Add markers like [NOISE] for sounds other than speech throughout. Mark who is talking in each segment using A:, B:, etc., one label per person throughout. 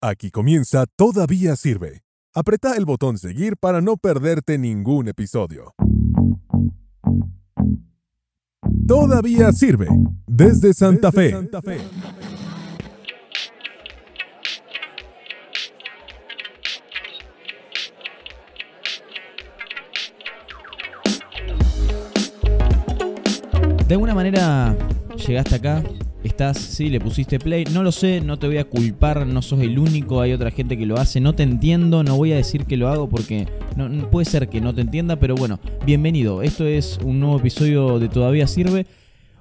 A: Aquí comienza Todavía Sirve. Apreta el botón seguir para no perderte ningún episodio. Todavía Sirve. Desde Santa Fe.
B: De alguna manera llegaste acá, estás, sí, le pusiste play, no lo sé, no te voy a culpar, no sos el único, hay otra gente que lo hace, no te entiendo, no voy a decir que lo hago porque no, no- puede ser que no te entienda, pero bueno, bienvenido, esto es un nuevo episodio de Todavía Sirve,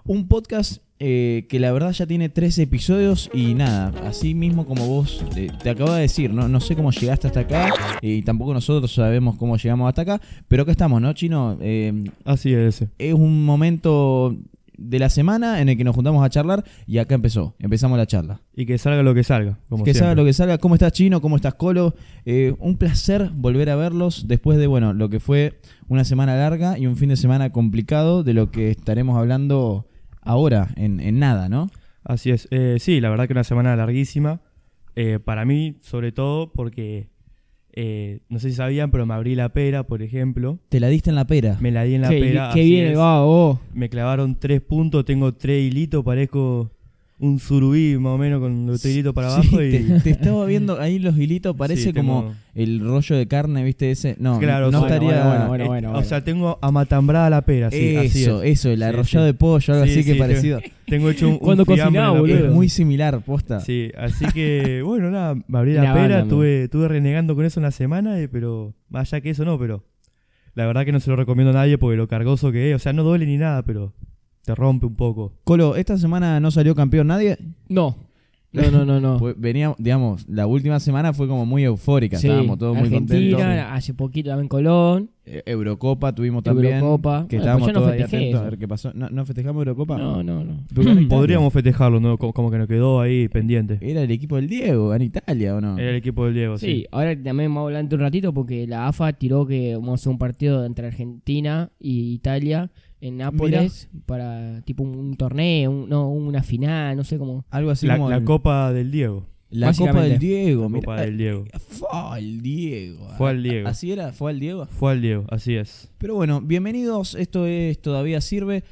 B: un podcast eh, que la verdad ya tiene tres episodios y nada, así mismo como vos eh, te acabas de decir, no, no sé cómo llegaste hasta acá eh, y tampoco nosotros sabemos cómo llegamos hasta acá, pero acá estamos, ¿no, Chino? Eh,
C: Así es. ese.
B: es un momento de la semana en el que nos juntamos a charlar y acá empezó, empezamos la charla.
C: Y que salga lo que salga. Como
B: que
C: siempre.
B: salga lo que salga, ¿cómo estás Chino? ¿Cómo estás Colo? Eh, un placer volver a verlos después de, bueno, lo que fue una semana larga y un fin de semana complicado de lo que estaremos hablando ahora, en, en nada, ¿no?
C: Así es. Eh, sí, la verdad que una semana larguísima. Eh, para mí, sobre todo, porque eh, no sé si sabían, pero me abrí la pera, por ejemplo.
B: Te la diste en la pera.
C: Me la di en la
D: Qué-
C: pera.
D: Qué
C: así
D: bien
C: es.
D: va, vos.
C: Me clavaron tres puntos, tengo tres hilitos, parezco un surubí más o menos con los tres hilitos para
B: Sí,
C: abajo. y... [LAUGHS]
B: te, te estaba viendo ahí los hilitos, parece
C: Sí, tengo-
B: como el rollo de carne, ¿viste? Ese. No,
C: Claro,
B: no
C: sí.
B: estaría.
D: Bueno, bueno, bueno.
C: Eh, O sea, tengo amatambrada la pera, sí, así
B: eso, eh,
C: es.
B: eso, el
C: Sí,
B: arrollado
C: sí.
B: de pollo, algo
C: Sí,
B: así que
C: sí,
B: parecido.
C: Tengo hecho un,
D: Cuando
C: un fiambre
D: cocinaba,
C: en la
D: boludo.
C: pera.
B: Es muy similar, posta.
C: Sí, así
D: [LAUGHS]
C: que, bueno, nada, me abrí la,
D: Ah. Una banda,
C: pera,
D: man.
C: estuve, estuve renegando con eso una semana, eh, pero más allá que eso no, pero la verdad que no se lo recomiendo a nadie porque lo cargoso que es, o sea, no duele ni nada, pero te rompe un
D: [LAUGHS]
C: poco.
B: Colo, esta semana no salió campeón nadie.
D: No. No, no,
B: [LAUGHS]
D: no, no.
B: Fue- Veníamos, digamos, la última semana fue como muy eufórica,
D: Sí,
B: estábamos todos muy
D: Argentina,
B: contentos.
D: hace poquito también Colón,
B: Eh, Eurocopa tuvimos también.
D: Eurocopa.
B: Que
D: Bueno,
B: estábamos
D: pues yo no
B: todos ahí
D: festejé
B: atentos a
D: eso.
B: ver qué pasó. ¿No, no festejamos Eurocopa?
D: No, no, no.
C: Podríamos festejarlo, ¿no? Co- Como que nos quedó ahí pendiente.
B: Era el equipo del Diego, en Italia, ¿o no?
C: Era el equipo del
B: Oh,
C: Diego,
D: Ah. Sí,
C: sí.
D: ahora también vamos a hablar un ratito porque la AFA tiró que vamos a hacer un partido entre Argentina y Italia en Nápoles para tipo un, un torneo, un- no, una final, no sé cómo.
B: Algo así
C: La,
B: como.
C: la
B: el-
C: Copa del Diego.
B: la Copa
D: Básicamente.
B: del Diego,
C: La
B: mirá.
C: Copa del Diego.
B: Fue al Diego. ah,
C: Fue al Diego.
B: Así era, fue al Diego.
C: Fue al Diego, así es.
B: Pero bueno, bienvenidos, esto es Todavía Sirve.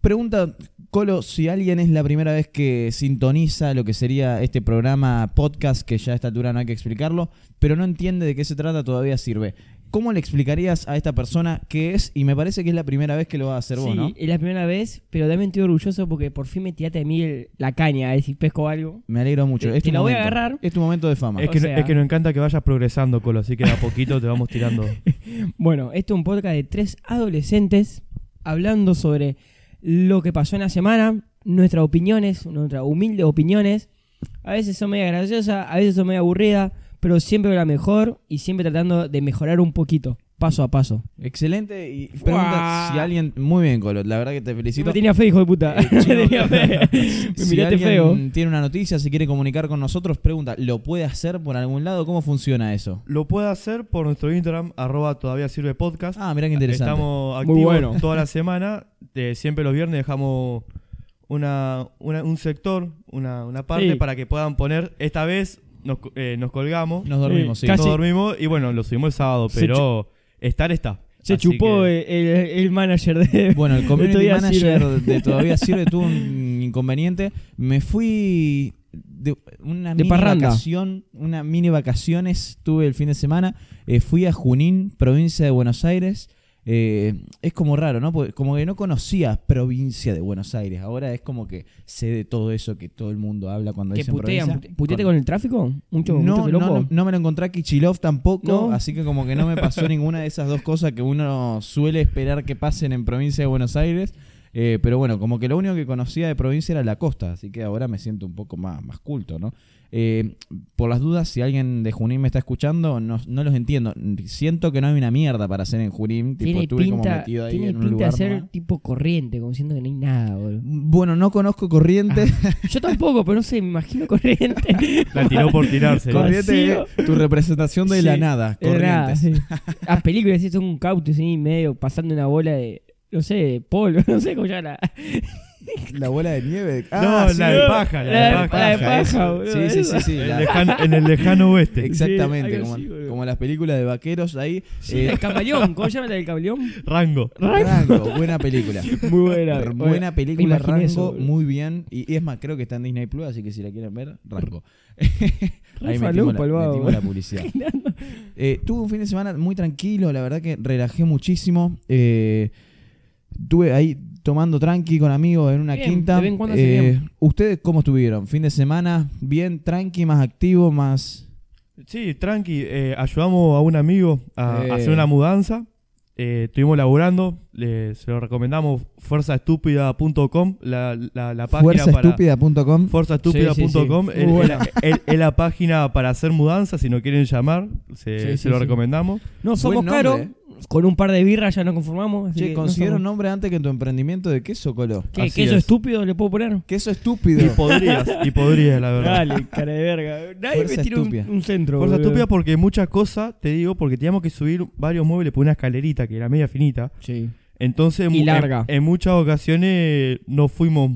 B: Pregunta, Colo, si alguien es la primera vez que sintoniza lo que sería este programa podcast, que ya a esta altura no hay que explicarlo, pero no entiende de qué se trata, todavía sirve. ¿Cómo le explicarías a esta persona qué es? Y me parece que es la primera vez que lo vas a hacer vos,
D: sí,
B: ¿no?
D: es la primera vez, pero también estoy orgulloso porque por fin me tiraste a mí el- la caña, a ver si pesco algo.
B: Me alegro mucho.
D: Te-
B: es
D: te
B: tu
D: la voy a
B: momento.
D: agarrar.
B: Es tu momento de fama.
C: Es
D: o
C: que, no-
D: sea-
C: es que nos encanta que vayas progresando, Colo, así que de a poquito te vamos
D: [LAUGHS]
C: tirando.
D: Bueno, esto es un podcast de tres adolescentes hablando sobre lo que pasó en la semana, nuestras opiniones, nuestras humildes opiniones. A veces son media graciosas, a veces son media aburridas, pero siempre la mejor y siempre tratando de mejorar un poquito, paso a paso.
B: Excelente. Y pregunta
D: Guau.
B: si alguien... Muy bien, Colo. La verdad que te felicito.
D: me tenía fe, hijo de puta.
B: [LAUGHS]
D: [LAUGHS]
B: Eh, chino,
D: Me tenía fe. Me
B: si
D: miraste
B: alguien
D: feo.
B: tiene una noticia, se quiere comunicar con nosotros, pregunta, ¿lo puede hacer por algún lado? ¿Cómo funciona eso?
C: Lo puede hacer por nuestro Instagram, arroba todavía sirve podcast.
B: Ah, mirá qué interesante.
C: Estamos
D: Muy
C: activos
D: bueno.
C: toda la semana. Eh, siempre los viernes dejamos una, una- un sector, una, una parte
D: Sí.
C: para que puedan poner. Esta vez nos, co- eh, nos colgamos,
B: Nos dormimos, sí.
D: Eh, casi-
C: nos dormimos y bueno, lo subimos el sábado,
D: Se
C: pero estar está.
D: Se
C: Así
D: chupó eh.
C: que-
D: el, el manager [LAUGHS] de...
B: Bueno, el community
D: Todavía
B: manager
D: sirve.
B: de Todavía Sirve tuvo
D: [LAUGHS]
B: un inconveniente. Me fui de una
D: De
B: mini
D: parranda.
B: vacación, una mini vacaciones tuve el fin de semana. Eh, fui a Junín, provincia de Buenos Aires. Eh, es como raro, ¿no? Porque como que no conocía provincia de Buenos Aires. Ahora es como que sé de todo eso que todo el mundo habla cuando
D: que
B: dicen
D: putean.
B: provincia.
D: ¿Puteaste con el tráfico? ¿Mucho,
B: no,
D: mucho
B: no,
D: loco?
B: no, no me lo encontré a Kichilov tampoco,
D: No.
B: así que como que no me
D: [LAUGHS]
B: pasó ninguna de esas dos cosas que uno suele esperar que pasen en provincia de Buenos Aires. Eh, pero bueno, como que lo único que conocía de provincia era la costa, así que ahora me siento un poco más, más culto, ¿no? Eh, por las dudas, si alguien de Junín me está escuchando, no, no los entiendo. Siento que no hay una mierda para hacer en Junín. Tipo,
D: Tiene
B: estuve como
D: pinta,
B: metido ahí
D: tiene
B: en un
D: pinta de
B: lugar
D: ser
B: nomás.
D: tipo corriente, como siento que no hay nada, boludo.
B: Bueno, no conozco corriente.
D: Yo tampoco, pero no sé, me imagino corriente.
C: La tiró
D: [LAUGHS]
C: por tirarse.
B: [LAUGHS]
D: Con-
B: corriente
D: vacío.
B: es tu representación de
D: Ah, Sí,
B: la nada.
D: De nada,
B: Corrientes.
D: sí. Las películas [LAUGHS] sí son un cauto, sí, medio pasando una bola de, no sé, de polvo, no sé cómo ya la...
E: La bola de nieve.
B: Ah,
C: No, la de paja, la de paja.
D: Ah, La de Ah, paja,
B: esa.
D: boludo,
B: Sí, sí, sí, sí.
C: En
B: la-
C: el lejano- en el lejano oeste.
B: Exactamente,
D: algo
B: como,
D: así, boludo.
B: como las películas de vaqueros ahí. eh,
D: [LAUGHS] El camaleón, ¿cómo se llama la del camaleón?
C: Rango.
B: Rango, buena película.
D: Muy buena.
B: R- Buena película,
D: imaginé
B: Rango,
D: eso, boludo.
B: muy bien. Y, y es más, creo que está en Disney Plus, así que si la quieren ver, Rango. Ahí
D: Rafa
B: metimos, la,
D: Lupa, el vago.
B: metimos la
D: [LAUGHS]
B: publicidad. Eh, tuve un fin de semana muy tranquilo, la verdad que relajé muchísimo. Eh, estuve ahí tomando tranqui con amigos en una
D: Bien,
B: quinta. Eh,
D: de vez en cuando hace bien.
B: ¿Ustedes cómo estuvieron? ¿Fin de semana? ¿Bien? ¿Tranqui? ¿Más activo? ¿Más...?
C: Sí, tranqui. eh, ayudamos a un amigo a
B: Eh.
C: hacer una mudanza. Eh, estuvimos laburando. le- se lo recomendamos fuerzaestúpida.com, la, la, la página para...
B: Fuerzaestúpida.com
C: Forzaestúpida.com
D: Sí, sí, sí.
C: es-
D: Muy
C: es
D: buena.
C: la- es es la página para hacer mudanzas, si no quieren llamar, se,
D: Sí,
C: se
D: sí,
C: lo
D: sí.
C: recomendamos.
D: eh. No somos
B: Buen nombre, eh.
D: caros. Con un par de birras ya nos conformamos. así
B: Che,
D: que no
B: considera un
D: somos-
B: nombre antes que tu emprendimiento de queso, Colo.
D: ¿Qué,
C: Así
D: queso
C: es.
D: estúpido le puedo poner?
B: Queso
C: Y
B: estúpido.
C: podrías, y podrías, la verdad.
D: Dale, cara de verga. Nadie
B: Fuerza
D: me tira un,
B: estúpida.
D: un centro.
C: Fuerza
D: boludo.
C: Estúpida porque muchas cosas, te digo, porque teníamos que subir varios muebles por una escalerita que era media finita.
D: Sí.
C: Entonces,
D: Y
C: mu- en-
D: larga.
C: En, muchas ocasiones no fuimos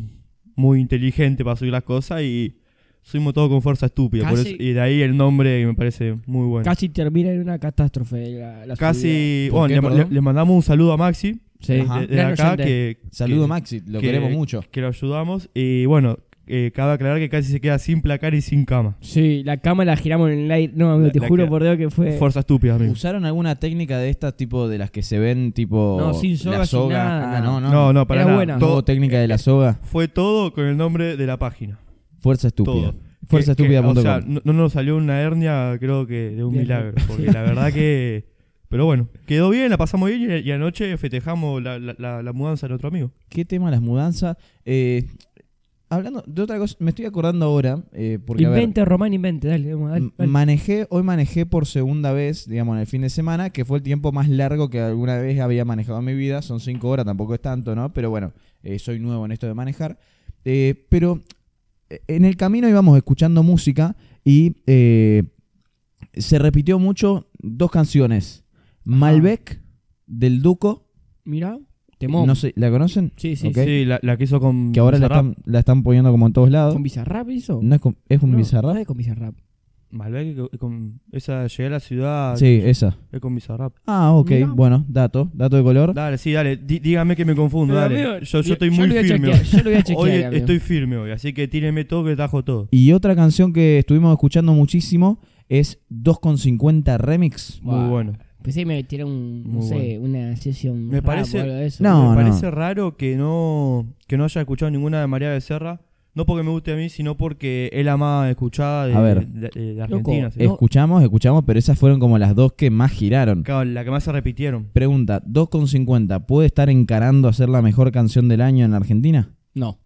C: muy inteligentes para subir las cosas y subimos todo con fuerza estúpida. por
D: Casi-
C: eso- y de ahí el nombre que me parece muy bueno. Casi,
D: Casi termina en una catástrofe la, la
B: eh, ¿Por
C: bueno,
B: qué,
C: le ma- le,
B: perdón?
C: le mandamos un saludo a Maxi
D: subida. Sí.
B: Ajá.
C: de- desde
D: Gran
C: acá
D: oyente.
C: que,
B: Saludo,
C: que-
B: Maxi. Lo
C: que-
B: queremos mucho.
C: que lo ayudamos. Y bueno, eh, cabe aclarar que casi se queda sin placar y sin cama.
D: Sí, la cama la giramos en el aire. No, amigo,
C: La-
D: te
C: la
D: juro
C: que-
D: por Dios que fue.
C: Fuerza estúpida, amigo.
B: ¿Usaron alguna técnica de estas, tipo de las que se ven, tipo
D: No, sin soga,
B: la
D: sin
B: soga?
D: nada,
B: ah, no, no.
C: No, no, para
D: Era
C: nada.
D: buena.
C: Todo-
B: Todo técnica de la soga,
C: fue todo con el nombre de la página.
B: fuerza estúpida.
C: Todo. Que- que,
B: Fuerzaestúpida.com.
C: O sea, no, no nos salió una hernia, creo que de un
D: Bien.
C: milagro. Porque la
B: [LAUGHS]
C: verdad que. Pero bueno, quedó bien, la pasamos bien y, y anoche festejamos la, la- la- la mudanza de nuestro amigo.
B: ¿Qué tema las mudanzas? Eh, hablando de otra cosa, me estoy acordando ahora, eh, porque a ver,
D: invente, Román, invente. Dale, vamos, dale.
B: m-
D: dale.
B: manejé, hoy manejé por segunda vez, digamos, en el fin de semana, que fue el tiempo más largo que alguna vez había manejado en mi vida. Son cinco horas, tampoco es tanto, ¿no? Pero bueno, eh, soy nuevo en esto de manejar. Eh, pero eh, en el camino íbamos escuchando música y eh, se repitió mucho dos canciones. Malbec del Duco.
D: Mirá, temón.
B: No sé, ¿la conocen?
D: Sí, sí.
B: Ok.
D: sí.
C: Sí, la, la que hizo con.
B: Que ahora la
C: Bizarrap.
B: están, la están poniendo como en todos lados.
D: ¿Con Bizarrap hizo?
B: No es, con- es un
D: No,
B: bizarrap.
D: no es con Bizarrap.
C: Malbec, que- que con esa llegué a la ciudad.
B: Sí, esa.
C: Es con Bizarrap.
B: Ah, ok.
D: Ah, Mirá.
B: Bueno, dato, dato de color.
C: Dale, sí, dale. di- dígame que me confundo,
D: Pero,
C: dale.
D: amigo,
C: yo, yo
D: yo-
C: estoy
D: yo
C: muy
D: lo voy a
C: firme.
D: chequear, yo lo voy a chequear,
C: hoy
D: amigo.
C: estoy firme hoy, así que tíreme todo que tajo todo.
B: Y otra canción que estuvimos escuchando muchísimo es 2.50 Remix.
D: Buah.
C: Muy bueno.
D: Pensé que me tiré un, no
C: Muy
D: sé, una sesión.
C: Me
D: rap
C: parece-
D: o algo de eso.
B: No,
C: me
B: no.
C: parece raro que no, que no haya escuchado ninguna de María Becerra. No porque me guste a mí, sino porque es la más escuchada de,
B: A ver.
C: de- de- de Argentina.
D: Loco,
B: eh.
C: sí.
D: No.
B: Escuchamos, escuchamos, pero esas fueron como las dos que más giraron.
C: Claro, la que más se repitieron.
B: Pregunta, 2.50, ¿puede estar encarando a ser la mejor canción del año en Argentina?
D: No.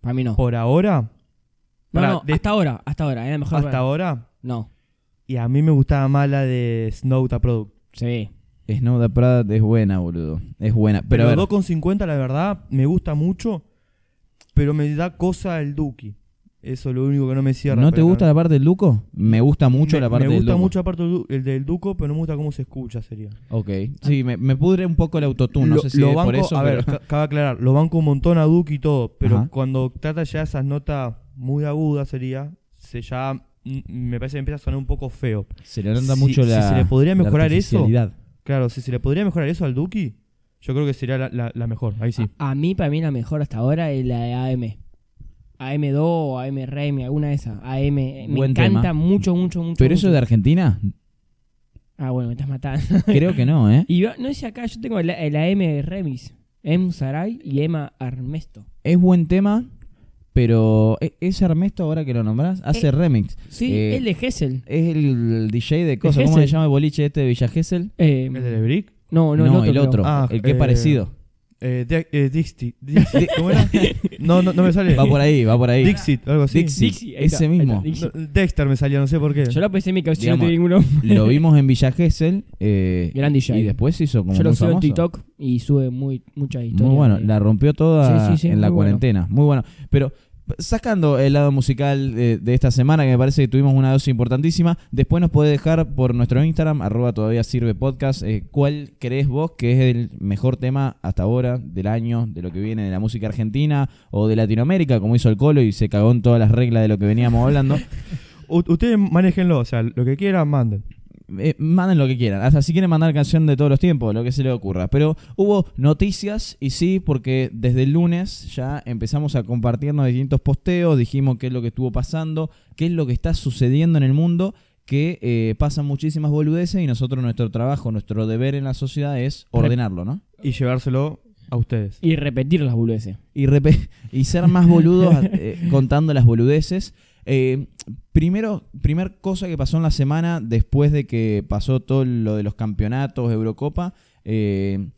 D: Para mí no.
C: Por ahora,
D: No,
C: pará,
D: no,
C: de-
D: hasta ahora, hasta ahora, era mejor.
C: hasta
D: rap.
C: ahora,
D: No,
C: y a mí me gustaba más la de Snowta Product.
D: se ve.
B: Snow da Prada es buena, boludo. Es buena. Pero,
C: Pero,
B: a ver,
C: 2,50 la verdad, me gusta mucho, pero me da cosa el Duki. Eso es lo único que no me cierra.
B: ¿no te
C: pero
B: gusta la parte del Luco? Me gusta mucho
C: me,
B: la parte
C: Me
B: del
C: gusta
B: Luco.
C: mucho la parte du- el del Duco, pero no me gusta cómo se escucha, sería.
B: Ok, sí, me, me pudre un poco el autotune, no
C: Lo-
B: sé si
C: lo
B: es por
C: banco-
B: eso,
C: a ver,
B: pero-
C: ca- cabe aclarar, lo banco un montón a Duki y todo, pero
B: Ajá.
C: cuando trata ya esas notas muy agudas sería, se ya mm, me parece que empieza a sonar un poco feo.
B: [LAUGHS] se le nota
C: si-
B: mucho
C: si
B: la
C: se le podría
B: la
C: mejorar eso.
B: artificialidad.
C: Claro, si se le podría mejorar eso al Duki, yo creo que sería la, la- la mejor, ahí sí.
D: A mí, para mí, la mejor hasta ahora es la de AM. AM2 o AM Rem, alguna de esas. AM, eh, me
B: Buen
D: encanta
B: tema.
D: mucho, mucho, mucho.
B: Pero eso
D: mucho.
B: de
C: [LAUGHS]
B: Argentina,
D: Ah, bueno, me estás matando. [LAUGHS]
B: creo que no, ¿eh?
D: y yo- no sé acá, yo tengo el, el AM Remis. Em Saray y Emma Armesto.
B: Es buen tema, pero e- ese Armesto, ahora que lo nombrás, hace
D: Eh.
B: remix.
D: Sí,
B: Eh,
D: el de Gessel.
B: Es el DJ de cosas,
D: ¿Es
B: ¿cómo se
D: ese?
B: llama el boliche este de Villa Gesell?
D: Eh,
C: ¿El de Brick?
D: no, no, el otro. creo.
C: Ah,
B: el que es
C: eh,
B: parecido.
C: Eh, Di- eh, Dixit.
B: [LAUGHS]
C: Dixit, ¿Cómo era? No, no, no me sale.
B: Va por ahí, va por ahí.
C: Dixit, algo así.
B: Dixit. sí,
D: ahí está,
B: ese
D: ahí está,
B: mismo.
D: Dixie.
C: No, Dexter me salía, no sé por qué.
D: Yo la pensé en mi cabeza, yo no
B: Digamos,
D: tengo ninguno.
B: Lo vimos en Villa Gesell eh,
D: Gran DJ.
B: y después se hizo como
D: Yo lo
B: muy
D: subo en
B: famoso.
D: TikTok y sube muy, muchas historias.
B: Muy bueno,
D: de-
B: la rompió toda
D: Sí, sí, sí,
B: en la
D: muy bueno.
B: cuarentena. Muy bueno. Pero Sacando el lado musical de, de esta semana, que me parece que tuvimos una dosis importantísima, después nos podés dejar por nuestro Instagram, arroba todavía sirve podcast, eh, cuál crees vos que es el mejor tema hasta ahora del año, de lo que viene de la música argentina o de Latinoamérica, como hizo el Colo y se cagó en todas las reglas de lo que veníamos hablando.
C: U- ustedes manéjenlo, o sea, lo que quieran, manden.
B: Eh, manden lo que quieran. Hasta si quieren mandar canción de todos los tiempos, lo que se les ocurra. Pero hubo noticias y sí, porque desde el lunes ya empezamos a compartirnos distintos posteos, dijimos qué es lo que estuvo pasando, qué es lo que está sucediendo en el mundo, que eh, pasan muchísimas boludeces y nosotros nuestro trabajo, nuestro deber en la sociedad es ordenarlo, ¿no?
C: Y llevárselo a ustedes.
D: Y repetir las boludeces.
B: y, repe- [LAUGHS] y ser más boludos eh, contando las boludeces. Eh, primero, primer cosa que pasó en la semana después de que pasó todo lo de los campeonatos, Eurocopa. eh,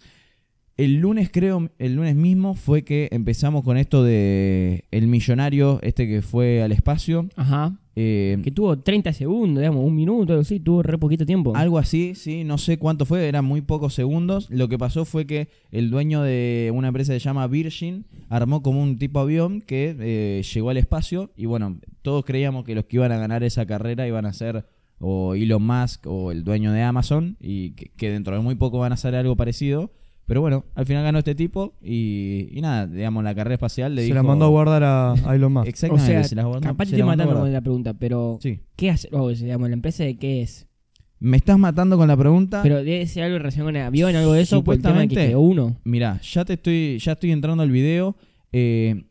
B: el lunes, creo, el lunes mismo fue que empezamos con esto de el millonario, este que fue al espacio.
D: Ajá.
B: eh,
D: Que tuvo 30 segundos, digamos, un minuto, algo así, tuvo re poquito tiempo.
B: Algo así, sí, no sé cuánto fue, eran muy pocos segundos. Lo que pasó fue que el dueño de una empresa que se llama Virgin armó como un tipo avión que eh, llegó al espacio y bueno, todos creíamos que los que iban a ganar esa carrera iban a ser o Elon Musk o el dueño de Amazon y que, que dentro de muy poco van a hacer algo parecido. Pero bueno, al final ganó este tipo y, y nada, digamos, la carrera espacial le
C: Se
B: dijo...
C: la mandó a guardar a,
B: [LAUGHS]
C: a Elon Musk.
D: o
B: Exactamente,
D: sea,
B: se la mandó-
D: capaz
B: se
D: te
B: la mandó a
D: matando con
B: guardar.
D: la pregunta, pero
B: Sí.
D: ¿qué hace? o sea, digamos, la empresa de qué es.
B: Me estás matando con la pregunta.
D: Pero debe ser algo relacionado con el avión, algo de eso, por el tema de que
B: Ah. Supuestamente.
D: quedó uno.
B: Mirá, ya te estoy, ya estoy entrando al video. Eh,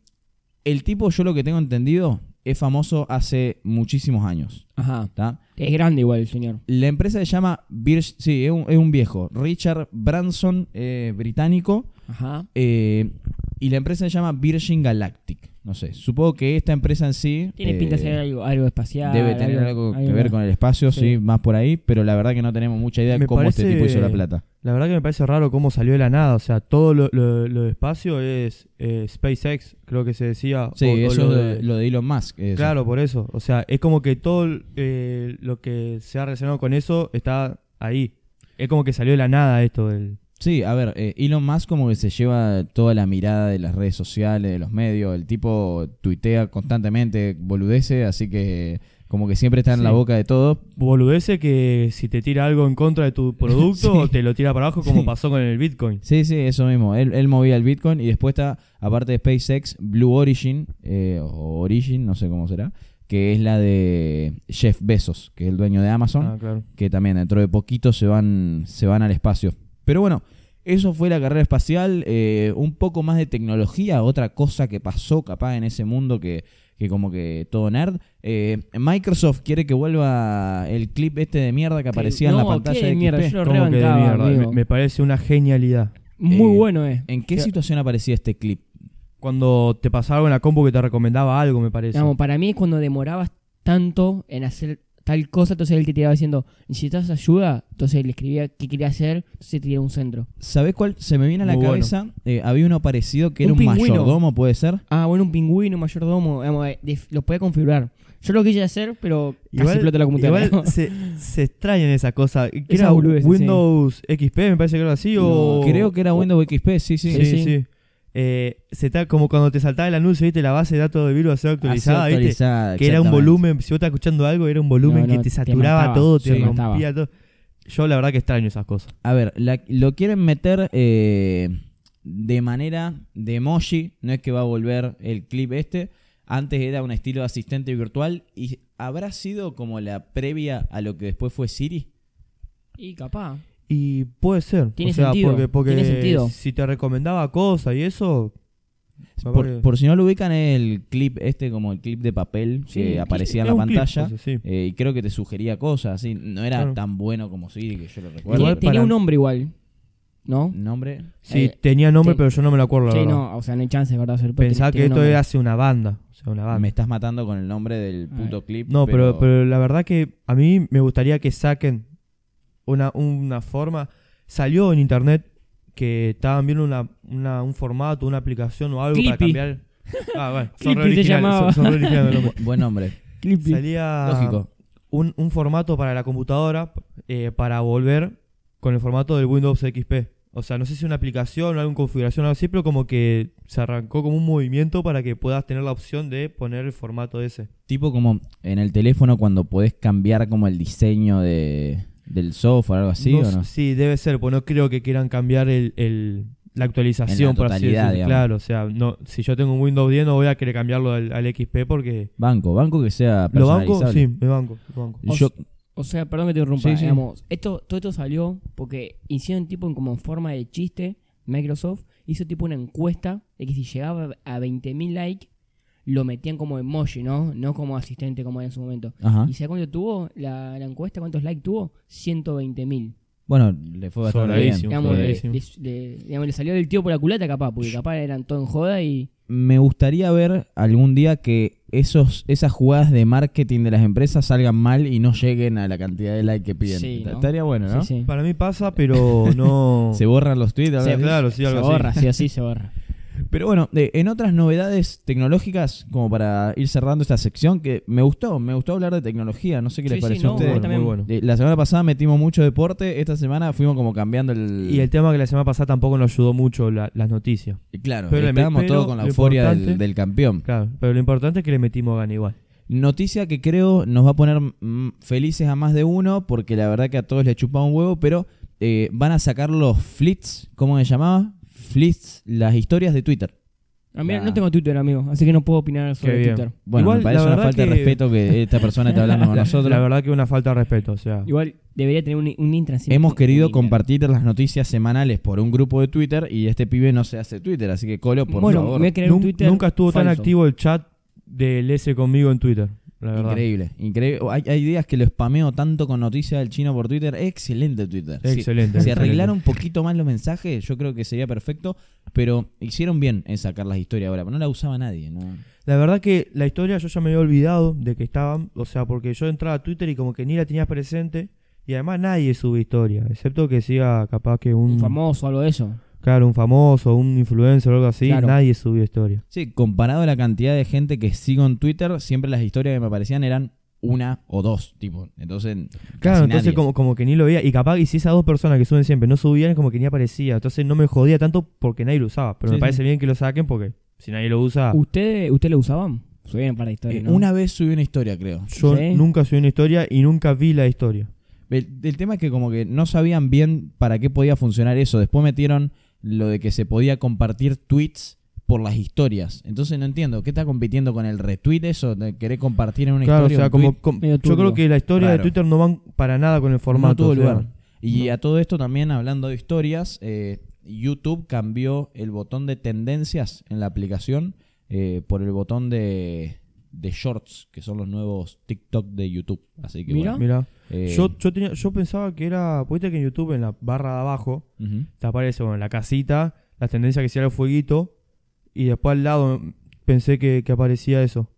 B: el tipo, yo lo que tengo entendido, es famoso hace muchísimos años.
D: Ajá.
B: ¿tá?
D: Es grande igual el señor.
B: La empresa se llama Virgin, sí, es un, es un viejo, Richard Branson, eh, británico.
D: Ajá.
B: eh, y la empresa se llama Virgin Galactic. No sé, supongo que esta empresa en sí...
D: Tiene
B: eh,
D: pinta de ser algo, algo espacial.
B: Debe tener algo, que ver con el espacio, sí.
D: Sí.
B: más por ahí, pero la verdad que no tenemos mucha idea de
C: Me
B: cómo este
C: parece-
B: tipo hizo la plata.
C: La verdad que me parece raro cómo salió de la nada. O sea, todo lo, lo- lo de espacio es eh, SpaceX, creo que se decía.
B: Sí,
C: o- o
B: eso
C: lo
B: es
C: de-
B: de- lo de Elon Musk. eso.
C: Claro, por eso. O sea, es como que todo eh, lo que se ha relacionado con eso está ahí. Es como que salió de la nada esto del...
B: Sí, a ver, eh, Elon Musk como que se lleva toda la mirada de las redes sociales, de los medios, el tipo tuitea constantemente, boludece, así que como que siempre está en
C: Sí.
B: la boca de todos.
C: boludece que si te tira algo en contra
B: [LAUGHS]
C: de tu producto,
B: Sí.
C: te lo tira para abajo como
B: Sí.
C: pasó con el Bitcoin.
B: Sí, sí, eso mismo, él, él movía el Bitcoin y después está, aparte de SpaceX, Blue Origin, eh, o Origin, no sé cómo será, que es la de Jeff Bezos, que es el dueño de Amazon.
C: Ah, claro.
B: que también dentro de poquito se van, se van al espacio. Pero bueno, eso fue la carrera espacial, eh, un poco más de tecnología, otra cosa que pasó capaz en ese mundo que, que como que todo nerd. Eh, Microsoft quiere que vuelva el clip este de mierda que aparecía en la pantalla de
D: mierda,
B: XP.
D: yo lo
C: Como que de
D: rebancaba,
C: mierda.
D: amigo.
C: Me, me parece una genialidad.
D: Muy
B: Eh,
D: bueno es.
B: ¿En qué situación aparecía este clip?
C: Cuando te pasaba algo en la compu que te recomendaba algo, me parece.
D: Digamos, para mí es cuando demorabas tanto en hacer tal cosa, entonces él te tiraba diciendo, ¿necesitas ayuda? Entonces le escribía qué quería hacer, entonces te tiraba un centro.
B: ¿Sabés cuál? Se me viene a la
C: Muy bueno.
B: cabeza, eh, había uno parecido que
D: Un
B: era un
D: pingüino.
B: mayordomo, puede ser.
D: Ah, bueno, un pingüino, un mayordomo, digamos, eh, def- lo podía configurar. Yo lo quise hacer, pero casi explota la computadora. [LAUGHS]
C: igual se, se extrañan esa cosa. ¿Qué
D: Esa
C: era
D: boludez,
C: Windows XP, me parece que era así, o...
B: Creo que era
C: o-
B: Windows XP, sí, sí.
C: Sí,
D: sí.
C: sí. Eh, se está como cuando te saltaba el anuncio, ¿viste? La base de datos de virus se actualizada, ¿viste?
B: Actualizada,
C: Que era un
B: exactamente.
C: volumen, si vos estás escuchando algo, era un volumen
D: No, no,
C: que te
D: te
C: saturaba
D: mataba,
C: todo, te
B: sí.
C: rompía todo. Yo la verdad que extraño esas cosas.
B: A ver, la- lo quieren meter eh, de manera de emoji, no es que va a volver el clip este. Antes era un estilo de asistente virtual y habrá sido como la previa a lo que después fue Siri.
D: Y capaz.
C: Y puede ser.
D: Tiene
C: o sea,
D: sentido,
C: Porque, porque
D: tiene sentido.
C: si te recomendaba cosas y eso... me
B: Por,
C: parece-
B: por si no lo ubican, es el clip este como el clip de papel
D: Sí,
B: que aparecía en
C: era
B: la
C: un clip,
B: pantalla.
C: ese, sí.
B: eh, y creo que te sugería cosas, así. No era
C: Claro.
B: tan bueno como Siri, que yo lo recuerdo.
D: Tenía,
C: Igual
D: tenía
C: para-
D: un nombre igual, ¿no?
B: Nombre.
C: Sí,
D: eh,
C: tenía nombre,
D: te-
C: pero yo no me lo acuerdo, la
D: Sí,
C: verdad.
D: no, o sea, no hay chance, ¿verdad? Hacer-
C: Pensaba
D: tenía
C: que
D: un
C: esto
D: nombre.
C: era hace una banda. O sea, una banda.
B: Me estás matando con el nombre del puto clip.
C: Ah. No, pero, pero la verdad que a mí me gustaría que saquen una, una forma. Salió en internet que estaban viendo una, una- un formato, una aplicación o algo para
D: Clippy.
C: cambiar. Ah, bueno, son re
D: [LAUGHS] Clippy se
C: originales,
D: llamaba.
C: son- son re
D: [LAUGHS]
C: originales los nombres.
B: Buen nombre.
D: Clippy.
C: Salía
B: Lógico.
C: un, un formato para la computadora eh, para volver con el formato del Windows XP. O sea, no sé si una aplicación o alguna configuración o algo así, pero como que se arrancó como un movimiento para que puedas tener la opción de poner el formato ese.
B: Tipo como en el teléfono cuando podés cambiar como el diseño de, del software, algo así,
C: No
B: ¿o
C: s-
B: no?
C: Sí, debe ser, pues no creo que quieran cambiar el, el- la actualización,
B: En la
C: por así
B: totalidad,
C: decirlo.
B: digamos.
C: Claro, o sea, no, si yo tengo un Windows 10 no voy a querer cambiarlo al, al XP porque...
B: Banco, banco que sea
C: ¿Lo banco?
B: personalizable.
C: Sí, me banco, lo banco.
B: Yo,
D: O sea, perdón que te interrumpa.
B: Sí, sí.
D: Digamos, esto, todo esto salió porque hicieron tipo en como en forma de chiste. Microsoft hizo tipo una encuesta de que si llegaba a 20.000 likes, lo metían como emoji, ¿no? No como asistente como era en su momento.
B: ajá.
D: ¿Y sabes cuánto tuvo la, la encuesta? ¿Cuántos likes tuvo? 120.000.
B: Bueno, le fue bastante bien.
C: Sobradísimo.
D: Digamos, le,
C: Buenísimo.
D: le- le- digamos, le salió del tío por la culata capaz, porque capaz eran todo en joda y...
B: Me gustaría ver algún día que esos, esas jugadas de marketing de las empresas salgan mal y no lleguen a la cantidad de like que piden.
D: Sí, ¿no?
B: Estaría bueno, ¿no?
D: Sí, sí.
C: Para mí pasa, pero
B: [LAUGHS]
C: no...
B: Se borran los tweets. algo
C: Sí,
B: así.
C: claro, sí,
D: se
C: algo así.
D: borra, sí, así se borra.
B: Pero bueno, de- en otras novedades tecnológicas, como para ir cerrando esta sección, que me gustó, me gustó hablar de tecnología. No sé qué les
D: Sí, sí,
B: pareció
D: no,
B: a ustedes.
D: vos también.
C: Muy bueno.
B: Eh, La semana pasada metimos mucho deporte, esta semana fuimos como cambiando el...
C: Y el tema que la semana pasada tampoco nos ayudó mucho la- las noticias.
B: Y Claro,
C: Pero le-
B: estábamos
C: pero
B: todos con la
C: lo
B: euforia del,
C: importante-
B: del campeón.
C: Claro, pero lo importante es que le metimos gana igual.
B: Noticia que creo nos va a poner mm, felices a más de uno, porque la verdad que a todos les chupa un huevo, pero eh, van a sacar los flits, ¿cómo se llamaba? Flits, las historias de Twitter.
D: Ah, mira,
B: Nah.
D: no tengo Twitter, amigo, así que no puedo opinar sobre
C: Qué bien.
D: Twitter.
B: Bueno,
C: Igual,
B: me parece
C: la
B: una
C: verdad
B: falta de
C: que- [LAUGHS]
B: respeto que esta persona está hablando con nosotros.
C: La verdad que una falta de respeto, o sea.
D: Igual debería tener un, un intran siempre,
B: Hemos
D: un
B: querido
D: intran.
B: compartir las noticias semanales por un grupo de Twitter y este pibe no se hace Twitter, así que Colo, por
D: bueno,
B: favor.
D: me voy a crear un
C: Nun-
D: Twitter
C: nunca estuvo tan
D: falso.
C: activo el chat del S conmigo en Twitter, la verdad.
B: Increíble, increíble. Oh, Hay, hay días que lo spameo tanto con noticias del chino por Twitter. Excelente Twitter. Si-
C: Excelente.
B: Si
C: excelente.
B: arreglaron un poquito más los mensajes, yo creo que sería perfecto, pero hicieron bien en sacar las historias ahora, no la usaba nadie, ¿no?
C: La verdad que la historia yo ya me había olvidado de que estaban, o sea, porque yo entraba a Twitter y como que ni la tenías presente y además nadie sube historia, excepto que siga capaz que un,
D: Un famoso, algo de eso.
C: claro, un famoso, un influencer o algo así,
D: Claro.
C: nadie subió historia.
B: Sí, comparado a la cantidad de gente que sigo en Twitter, siempre las historias que me aparecían eran una o dos, tipo. Entonces,
C: Claro,
B: casi
C: entonces
B: nadie.
C: como, como que ni lo veía y capaz y si esas dos personas que suben siempre no subían es como que ni aparecía, entonces no me jodía tanto porque nadie lo usaba, pero
B: Sí,
C: me
B: sí.
C: parece bien que lo saquen porque si nadie lo usa,
D: ¿Usted, ¿Usted lo usaban? Subían para
B: Ah. Eh,
D: historia, ¿no?
B: una vez subí una historia, creo.
C: yo
D: Sí.
C: nunca subí una historia y nunca vi la historia.
B: El, el tema es que como que no sabían bien para qué podía funcionar eso. Después metieron lo de que se podía compartir tweets por las historias. Entonces no entiendo, ¿qué está compitiendo con el retweet eso? ¿Te ¿Querés compartir en una
C: Claro, o
B: historia?
C: sea,
B: un
C: como,
B: tweet?
C: com-
D: medio
C: yo
D: turbio.
C: creo que la historia
B: Raro.
C: de Twitter no van para nada con el formato.
B: tuvo
C: o sea,
B: lugar. Y
C: no.
B: a todo esto también hablando de historias, eh, YouTube cambió el botón de tendencias en la aplicación eh, por el botón de, de shorts, que son los nuevos TikTok de YouTube. Así que
D: Mirá.
B: bueno.
C: Mirá.
B: eh,
C: Yo, yo, tenía, yo pensaba que era. Viste que en YouTube, en la barra de abajo,
B: ujú.
C: te aparece, bueno, la casita, las tendencias que hiciera el fueguito. Y después al lado mm, pensé que, que aparecía eso.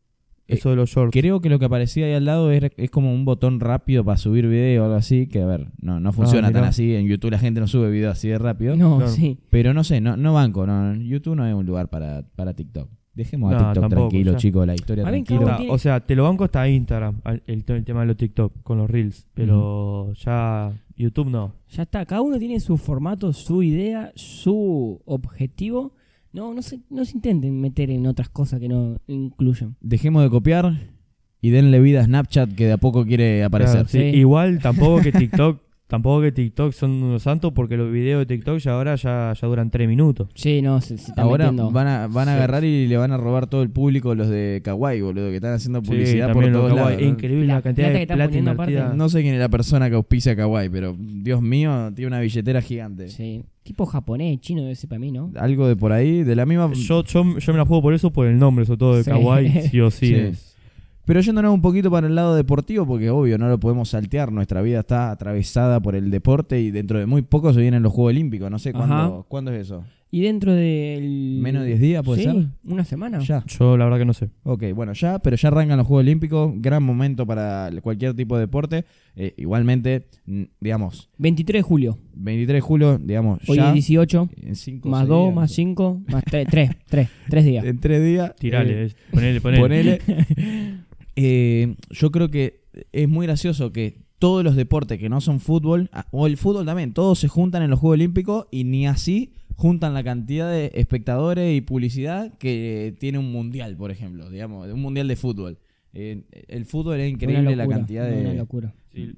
B: Eh,
C: Eso de los shorts.
B: Creo que lo que aparecía ahí al lado era- es, como un botón rápido para subir video o algo así, que a ver, no, no funciona tan
C: mirá.
B: así. En YouTube la gente no sube video así de rápido.
D: Ah, No,
C: Claro.
D: sí.
B: Pero no sé, no, no banco, no, YouTube no es un lugar para, para TikTok. Dejemos a
C: No,
B: TikTok
C: tampoco,
B: tranquilo,
C: ya.
B: chicos, la historia
D: A mí me
B: tranquila.
C: O sea,
D: tiene-
C: o sea, te lo banco hasta Instagram, al- el, el tema de los TikTok, con los Reels. Pero ya YouTube no.
D: Ya está, cada uno tiene su formato, su idea, su objetivo. No, no se, no se intenten meter en otras cosas que no incluyan.
B: Dejemos de copiar y denle vida a Snapchat que de a poco quiere aparecer.
C: Claro, sí.
D: Sí.
C: Igual tampoco que TikTok, tampoco que TikTok son unos santos porque los videos de TikTok ya ahora ya, ya duran tres minutos.
D: Sí, no, se, se están
B: Ahora
D: metiendo.
B: van a, van a
C: Sí.
B: agarrar y le van a robar todo el público los de Kawaii, boludo, que están haciendo
C: Sí,
B: publicidad por
C: también lo
B: todos
C: acabo-
B: lados.
C: es increíble
D: La
C: la, cantidad
D: plata que
C: de
D: están
C: plata
D: poniendo aparte.
C: invertida.
B: No sé quién es la persona que auspicia Kawaii, pero Dios mío, tiene una billetera gigante.
D: Sí. Tipo japonés, chino, ese para mí, ¿no?
B: algo de por ahí, de la misma.
C: Yo, yo, yo me la juego por eso, por el nombre, sobre todo de [LAUGHS]
D: Sí.
C: Kawaii, sí o sí.
B: Sí.
C: es.
B: Pero yéndonos un poquito para el lado deportivo, porque obvio, no lo podemos saltear. Nuestra vida está atravesada por el deporte y dentro de muy poco se vienen los Juegos Olímpicos. No sé
D: Ajá.
B: cuándo, ¿cuándo es eso.
D: Y dentro del...
B: Menos de 10 días, ¿puede
D: sí,
B: ser?
D: una semana.
B: Ya.
C: Yo la verdad que no sé.
B: Ok, bueno, ya, pero ya arrancan los Juegos Olímpicos. Gran momento para cualquier tipo de deporte. Eh, igualmente, mm, digamos,
D: 23 de julio.
B: 23 de julio, digamos,
D: Hoy
B: ya.
D: es 18.
B: en cinco,
D: Más
B: seis
D: 2,
B: días,
D: más 5, más 3. 3, 3, 3 días.
B: En tres días. eh,
C: Tirale, es- ponele, ponele.
B: [LAUGHS] Ponele. Eh, yo creo que es muy gracioso que todos los deportes que no son fútbol, ah, o el fútbol también, todos se juntan en los Juegos Olímpicos y ni así juntan la cantidad de espectadores y publicidad que tiene un mundial, por ejemplo, digamos, un mundial de fútbol. Eh, el fútbol es [LAUGHS] increíble
D: Una
B: la
D: locura,
B: cantidad
D: Una
B: de...
D: locura.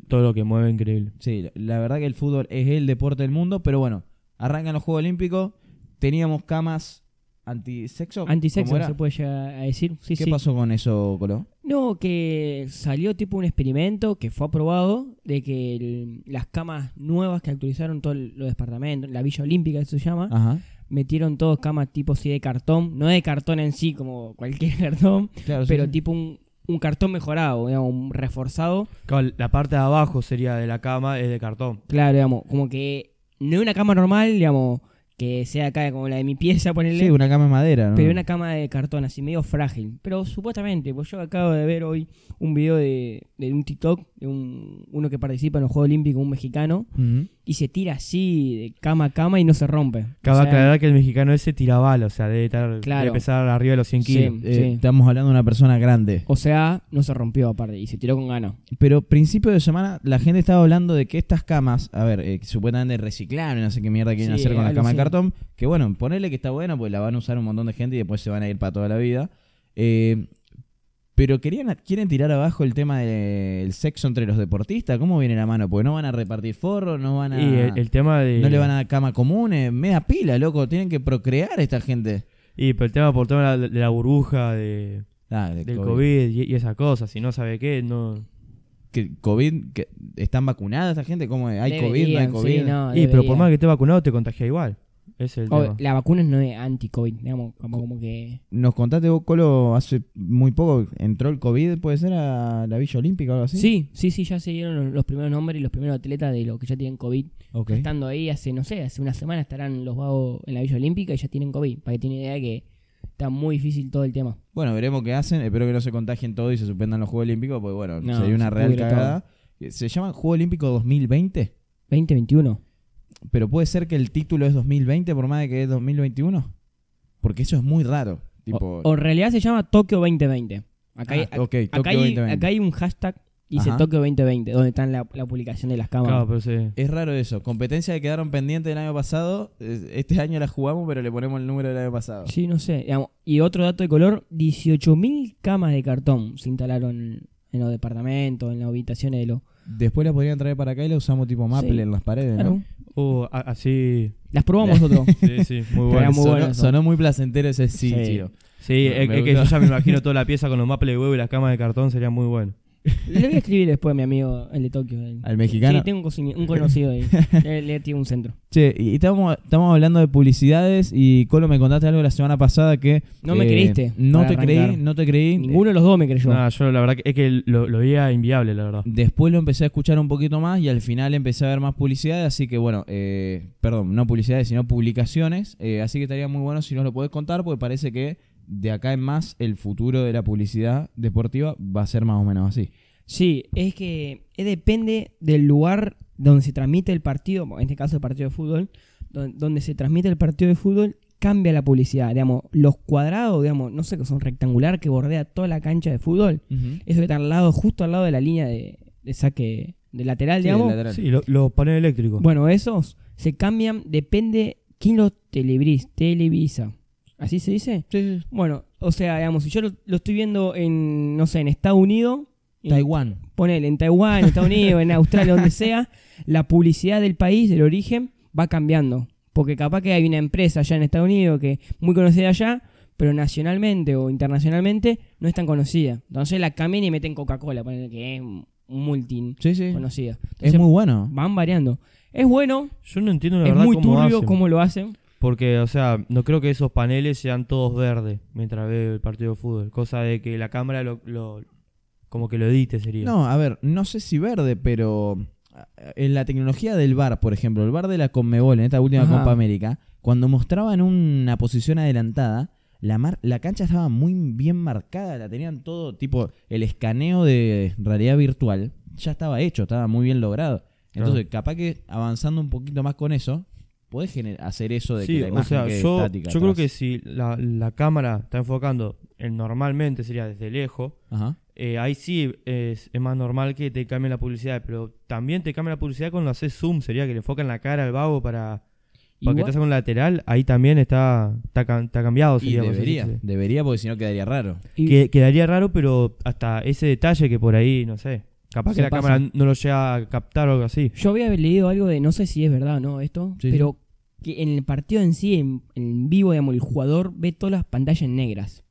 C: Todo lo que mueve increíble.
B: Sí, la- la verdad que el fútbol es el deporte del mundo, pero bueno, arrancan los Juegos Olímpicos, teníamos camas antisexo. ¿cómo
D: Antisexo
B: era?
D: se puede llegar a decir. Sí,
B: ¿Qué
D: sí.
B: pasó con eso, Colo?
D: No, que salió tipo un experimento que fue aprobado de que el- las camas nuevas que actualizaron todos los departamentos, la Villa Olímpica que se llama,
B: Ajá.
D: metieron todos camas tipo sí de cartón, no de cartón en sí como cualquier [LAUGHS] cartón,
B: Claro, sí,
D: pero
B: sí.
D: tipo un, un cartón mejorado, digamos, un reforzado.
C: Claro, la parte de abajo sería de la cama, es de cartón.
D: Claro, digamos, como que no es una cama normal, digamos, que sea acá como la de mi pieza, ponerle,
B: Sí, una cama de madera, ¿no?
C: Mm.
D: pero una cama de cartón así, medio frágil. Pero supuestamente, pues yo acabo de ver hoy un video de, de un TikTok, de un, uno que participa en los Juegos Olímpicos, un mexicano,
B: Ujú.
D: y se tira así, de cama a cama, y no se rompe.
C: Cabe
D: O sea,
C: aclarar que el mexicano ese tira bala, o sea, debe, estar,
D: Claro.
C: debe pesar arriba de los 100 kilos.
D: Sí.
B: Eh, Estamos hablando de una persona grande.
D: O sea, no se rompió aparte, y se tiró con ganas.
B: Pero principio de semana la gente estaba hablando de que estas camas, a ver, eh, que supuestamente reciclaron, no sé qué mierda quieren
D: Sí,
B: hacer con la
D: algo
B: cama de
D: así.
B: cartón, que bueno, ponerle que está buena, pues la van a usar un montón de gente y después se van a ir para toda la vida. Eh, pero querían, quieren tirar abajo el tema del sexo entre los deportistas, ¿cómo viene la mano? Porque no van a repartir forros, no van a...
C: Y el, el tema de.
B: No le van a dar cama común, eh, media pila, loco, tienen que procrear esta gente.
C: Y pero el tema por tema de la, de la burbuja, de,
B: Ah, del
C: del COVID y, y esas cosas, si no sabe qué, no.
B: que COVID que ¿Están vacunadas esta gente? ¿Cómo es? ¿Hay COVID? ¿No hay
D: Deberían,
B: COVID?
D: sí, no,
C: Y pero por
D: deberían.
C: más que esté vacunado, te contagia igual. Ese es el
D: O-
C: tema.
D: la vacuna no es anti-COVID, digamos, como, como que...
B: Nos contaste vos, Colo, hace muy poco entró el COVID, puede ser a la Villa Olímpica o algo así.
D: ¿Sí? sí, sí, ya se dieron los- los primeros nombres y los primeros atletas de los que ya tienen COVID.
B: Ok.
D: Estando ahí hace, no sé, hace una semana estarán los vagos en la Villa Olímpica y ya tienen COVID. Para que tiene idea que está muy difícil todo el tema.
B: Bueno, veremos qué hacen. Espero que no se contagien todo y se suspendan los Juegos Olímpicos, pues bueno,
D: No,
B: sería una
D: se
B: real
D: pudre
B: cagada. Se llama Juego Olímpico 2020,
D: 2021.
B: pero puede ser que el título es 2020 por más de que es 2021. Porque eso es muy raro. Tipo,
D: O, o en realidad se llama Tokio 2020. Acá, hay,
B: Ah, ok,
D: acá
B: Tokio
D: hay-
B: 2020.
D: acá hay un hashtag que dice
B: Ajá.
D: Tokio 2020, donde está la, la publicación de las cámaras.
C: Claro, pero sí.
B: Es raro eso. Competencia que quedaron pendientes del año pasado. es- Este año la jugamos, pero le ponemos el número del año pasado.
D: Sí, no sé. digamos, y otro dato de color, 18.000 camas de cartón se instalaron en los departamentos, en las habitaciones de los...
B: Después la podrían traer para acá y la usamos tipo maple
D: Sí.
B: en las paredes. ¿no?
D: Claro.
C: Uh, a- así.
B: [LAUGHS]
D: Las probamos nosotros.
C: Sí, sí, muy
D: bueno. Era muy
B: sonó,
D: bueno eso.
B: sonó muy placentero ese sí,
D: Sí.
B: tío.
C: Sí,
B: Me-
C: es,
B: me
C: es que yo
B: gustó.
C: ya me imagino toda la pieza con los maples de huevo y las camas de cartón, sería muy bueno.
D: Le voy a escribir después a mi amigo, el de Tokio. el-
B: Al mexicano.
D: Sí, tengo un, cocin- un conocido
B: [LAUGHS]
D: ahí. le, le tiene un centro.
B: Che, y estamos, estamos hablando de publicidades y Colo me contaste algo la semana pasada que... eh,
D: No me creíste
B: No
D: para
B: te creí,
D: arrancar.
B: no te creí.
D: Ninguno de los dos me creyó.
C: Nada, yo la verdad que es que lo, lo veía inviable, la verdad.
B: Después lo empecé a escuchar un poquito más y al final empecé a ver más publicidades, así que bueno, eh, perdón, no publicidades, sino publicaciones, eh, así que estaría muy bueno si nos lo podés contar, porque parece que de acá en más el futuro de la publicidad deportiva va a ser más o menos así.
D: Sí, es que eh, depende del lugar donde se transmite el partido, en este caso el partido de fútbol, don- donde se transmite el partido de fútbol, cambia la publicidad. Digamos, los cuadrados, digamos, no sé, que son rectangular que bordea toda la cancha de fútbol.
B: Eh,
D: Eso que está al lado, justo al lado de la línea de, de saque de lateral,
B: Sí, el
D: digamos.
B: lateral.
C: Sí, lo- los paneles eléctricos.
D: Bueno, esos se cambian, depende quién los telebris- televisa. ¿Así se dice? Bueno, o sea, digamos, si yo lo, lo estoy viendo en, no sé, en Estados Unidos, en-
B: Taiwán.
D: ponele, en Taiwán, en Estados Unidos, en Australia, donde sea, la publicidad del país, del origen, va cambiando. Porque capaz que hay una empresa allá en Estados Unidos que muy conocida allá, pero nacionalmente o internacionalmente no es tan conocida. Entonces la cambian y meten Coca-Cola, ponele que es un multi
B: Sí, sí.
D: conocida.
B: es
D: Entonces,
B: muy bueno.
D: van variando. Es bueno,
C: Yo no entiendo la
D: es
C: verdad
D: muy
C: cómo
D: turbio
C: hacen,
D: cómo lo hacen.
C: Porque, o sea, no creo que esos paneles sean todos verdes mientras veo el partido de fútbol. Cosa de que la cámara lo, lo- como que lo edite sería.
B: No, a ver, no sé si verde, pero eh, en la tecnología del VAR, por ejemplo, el VAR de la Conmebol en esta última
D: Ajá.
B: Copa América, cuando mostraban una posición adelantada, la, mar- la cancha estaba muy bien marcada, la tenían todo, tipo, el escaneo de realidad virtual ya estaba hecho, estaba muy bien logrado. Entonces, capaz que avanzando un poquito más con eso, podés gener- hacer eso de que
C: Sí,
B: la
C: o
B: imagen
C: sea,
B: quede
C: yo,
B: estática
C: yo creo que
B: atrás.
C: si la, la cámara está enfocando, en- normalmente sería desde lejos,
B: Ajá.
C: eh, ahí sí es, es más normal que te cambie la publicidad, pero también te cambia la publicidad cuando haces zoom, sería que le enfocan la cara al vago para, para que te
D: Igual-
C: haga un lateral, ahí también está, está, ca- está cambiado.
B: Y
C: Sería, por así
B: debería,
C: decirlo.
B: debería porque si no quedaría raro.
D: y-
C: Que- quedaría raro, pero hasta ese detalle que por ahí, no sé, capaz
D: Se
C: que la
D: pasa.
C: cámara no lo llega a captar o algo así.
D: Yo había leído algo de, no sé si es verdad o no esto,
B: Sí,
D: pero que en el partido en sí, en, en vivo, digamos, el jugador ve todas las pantallas negras.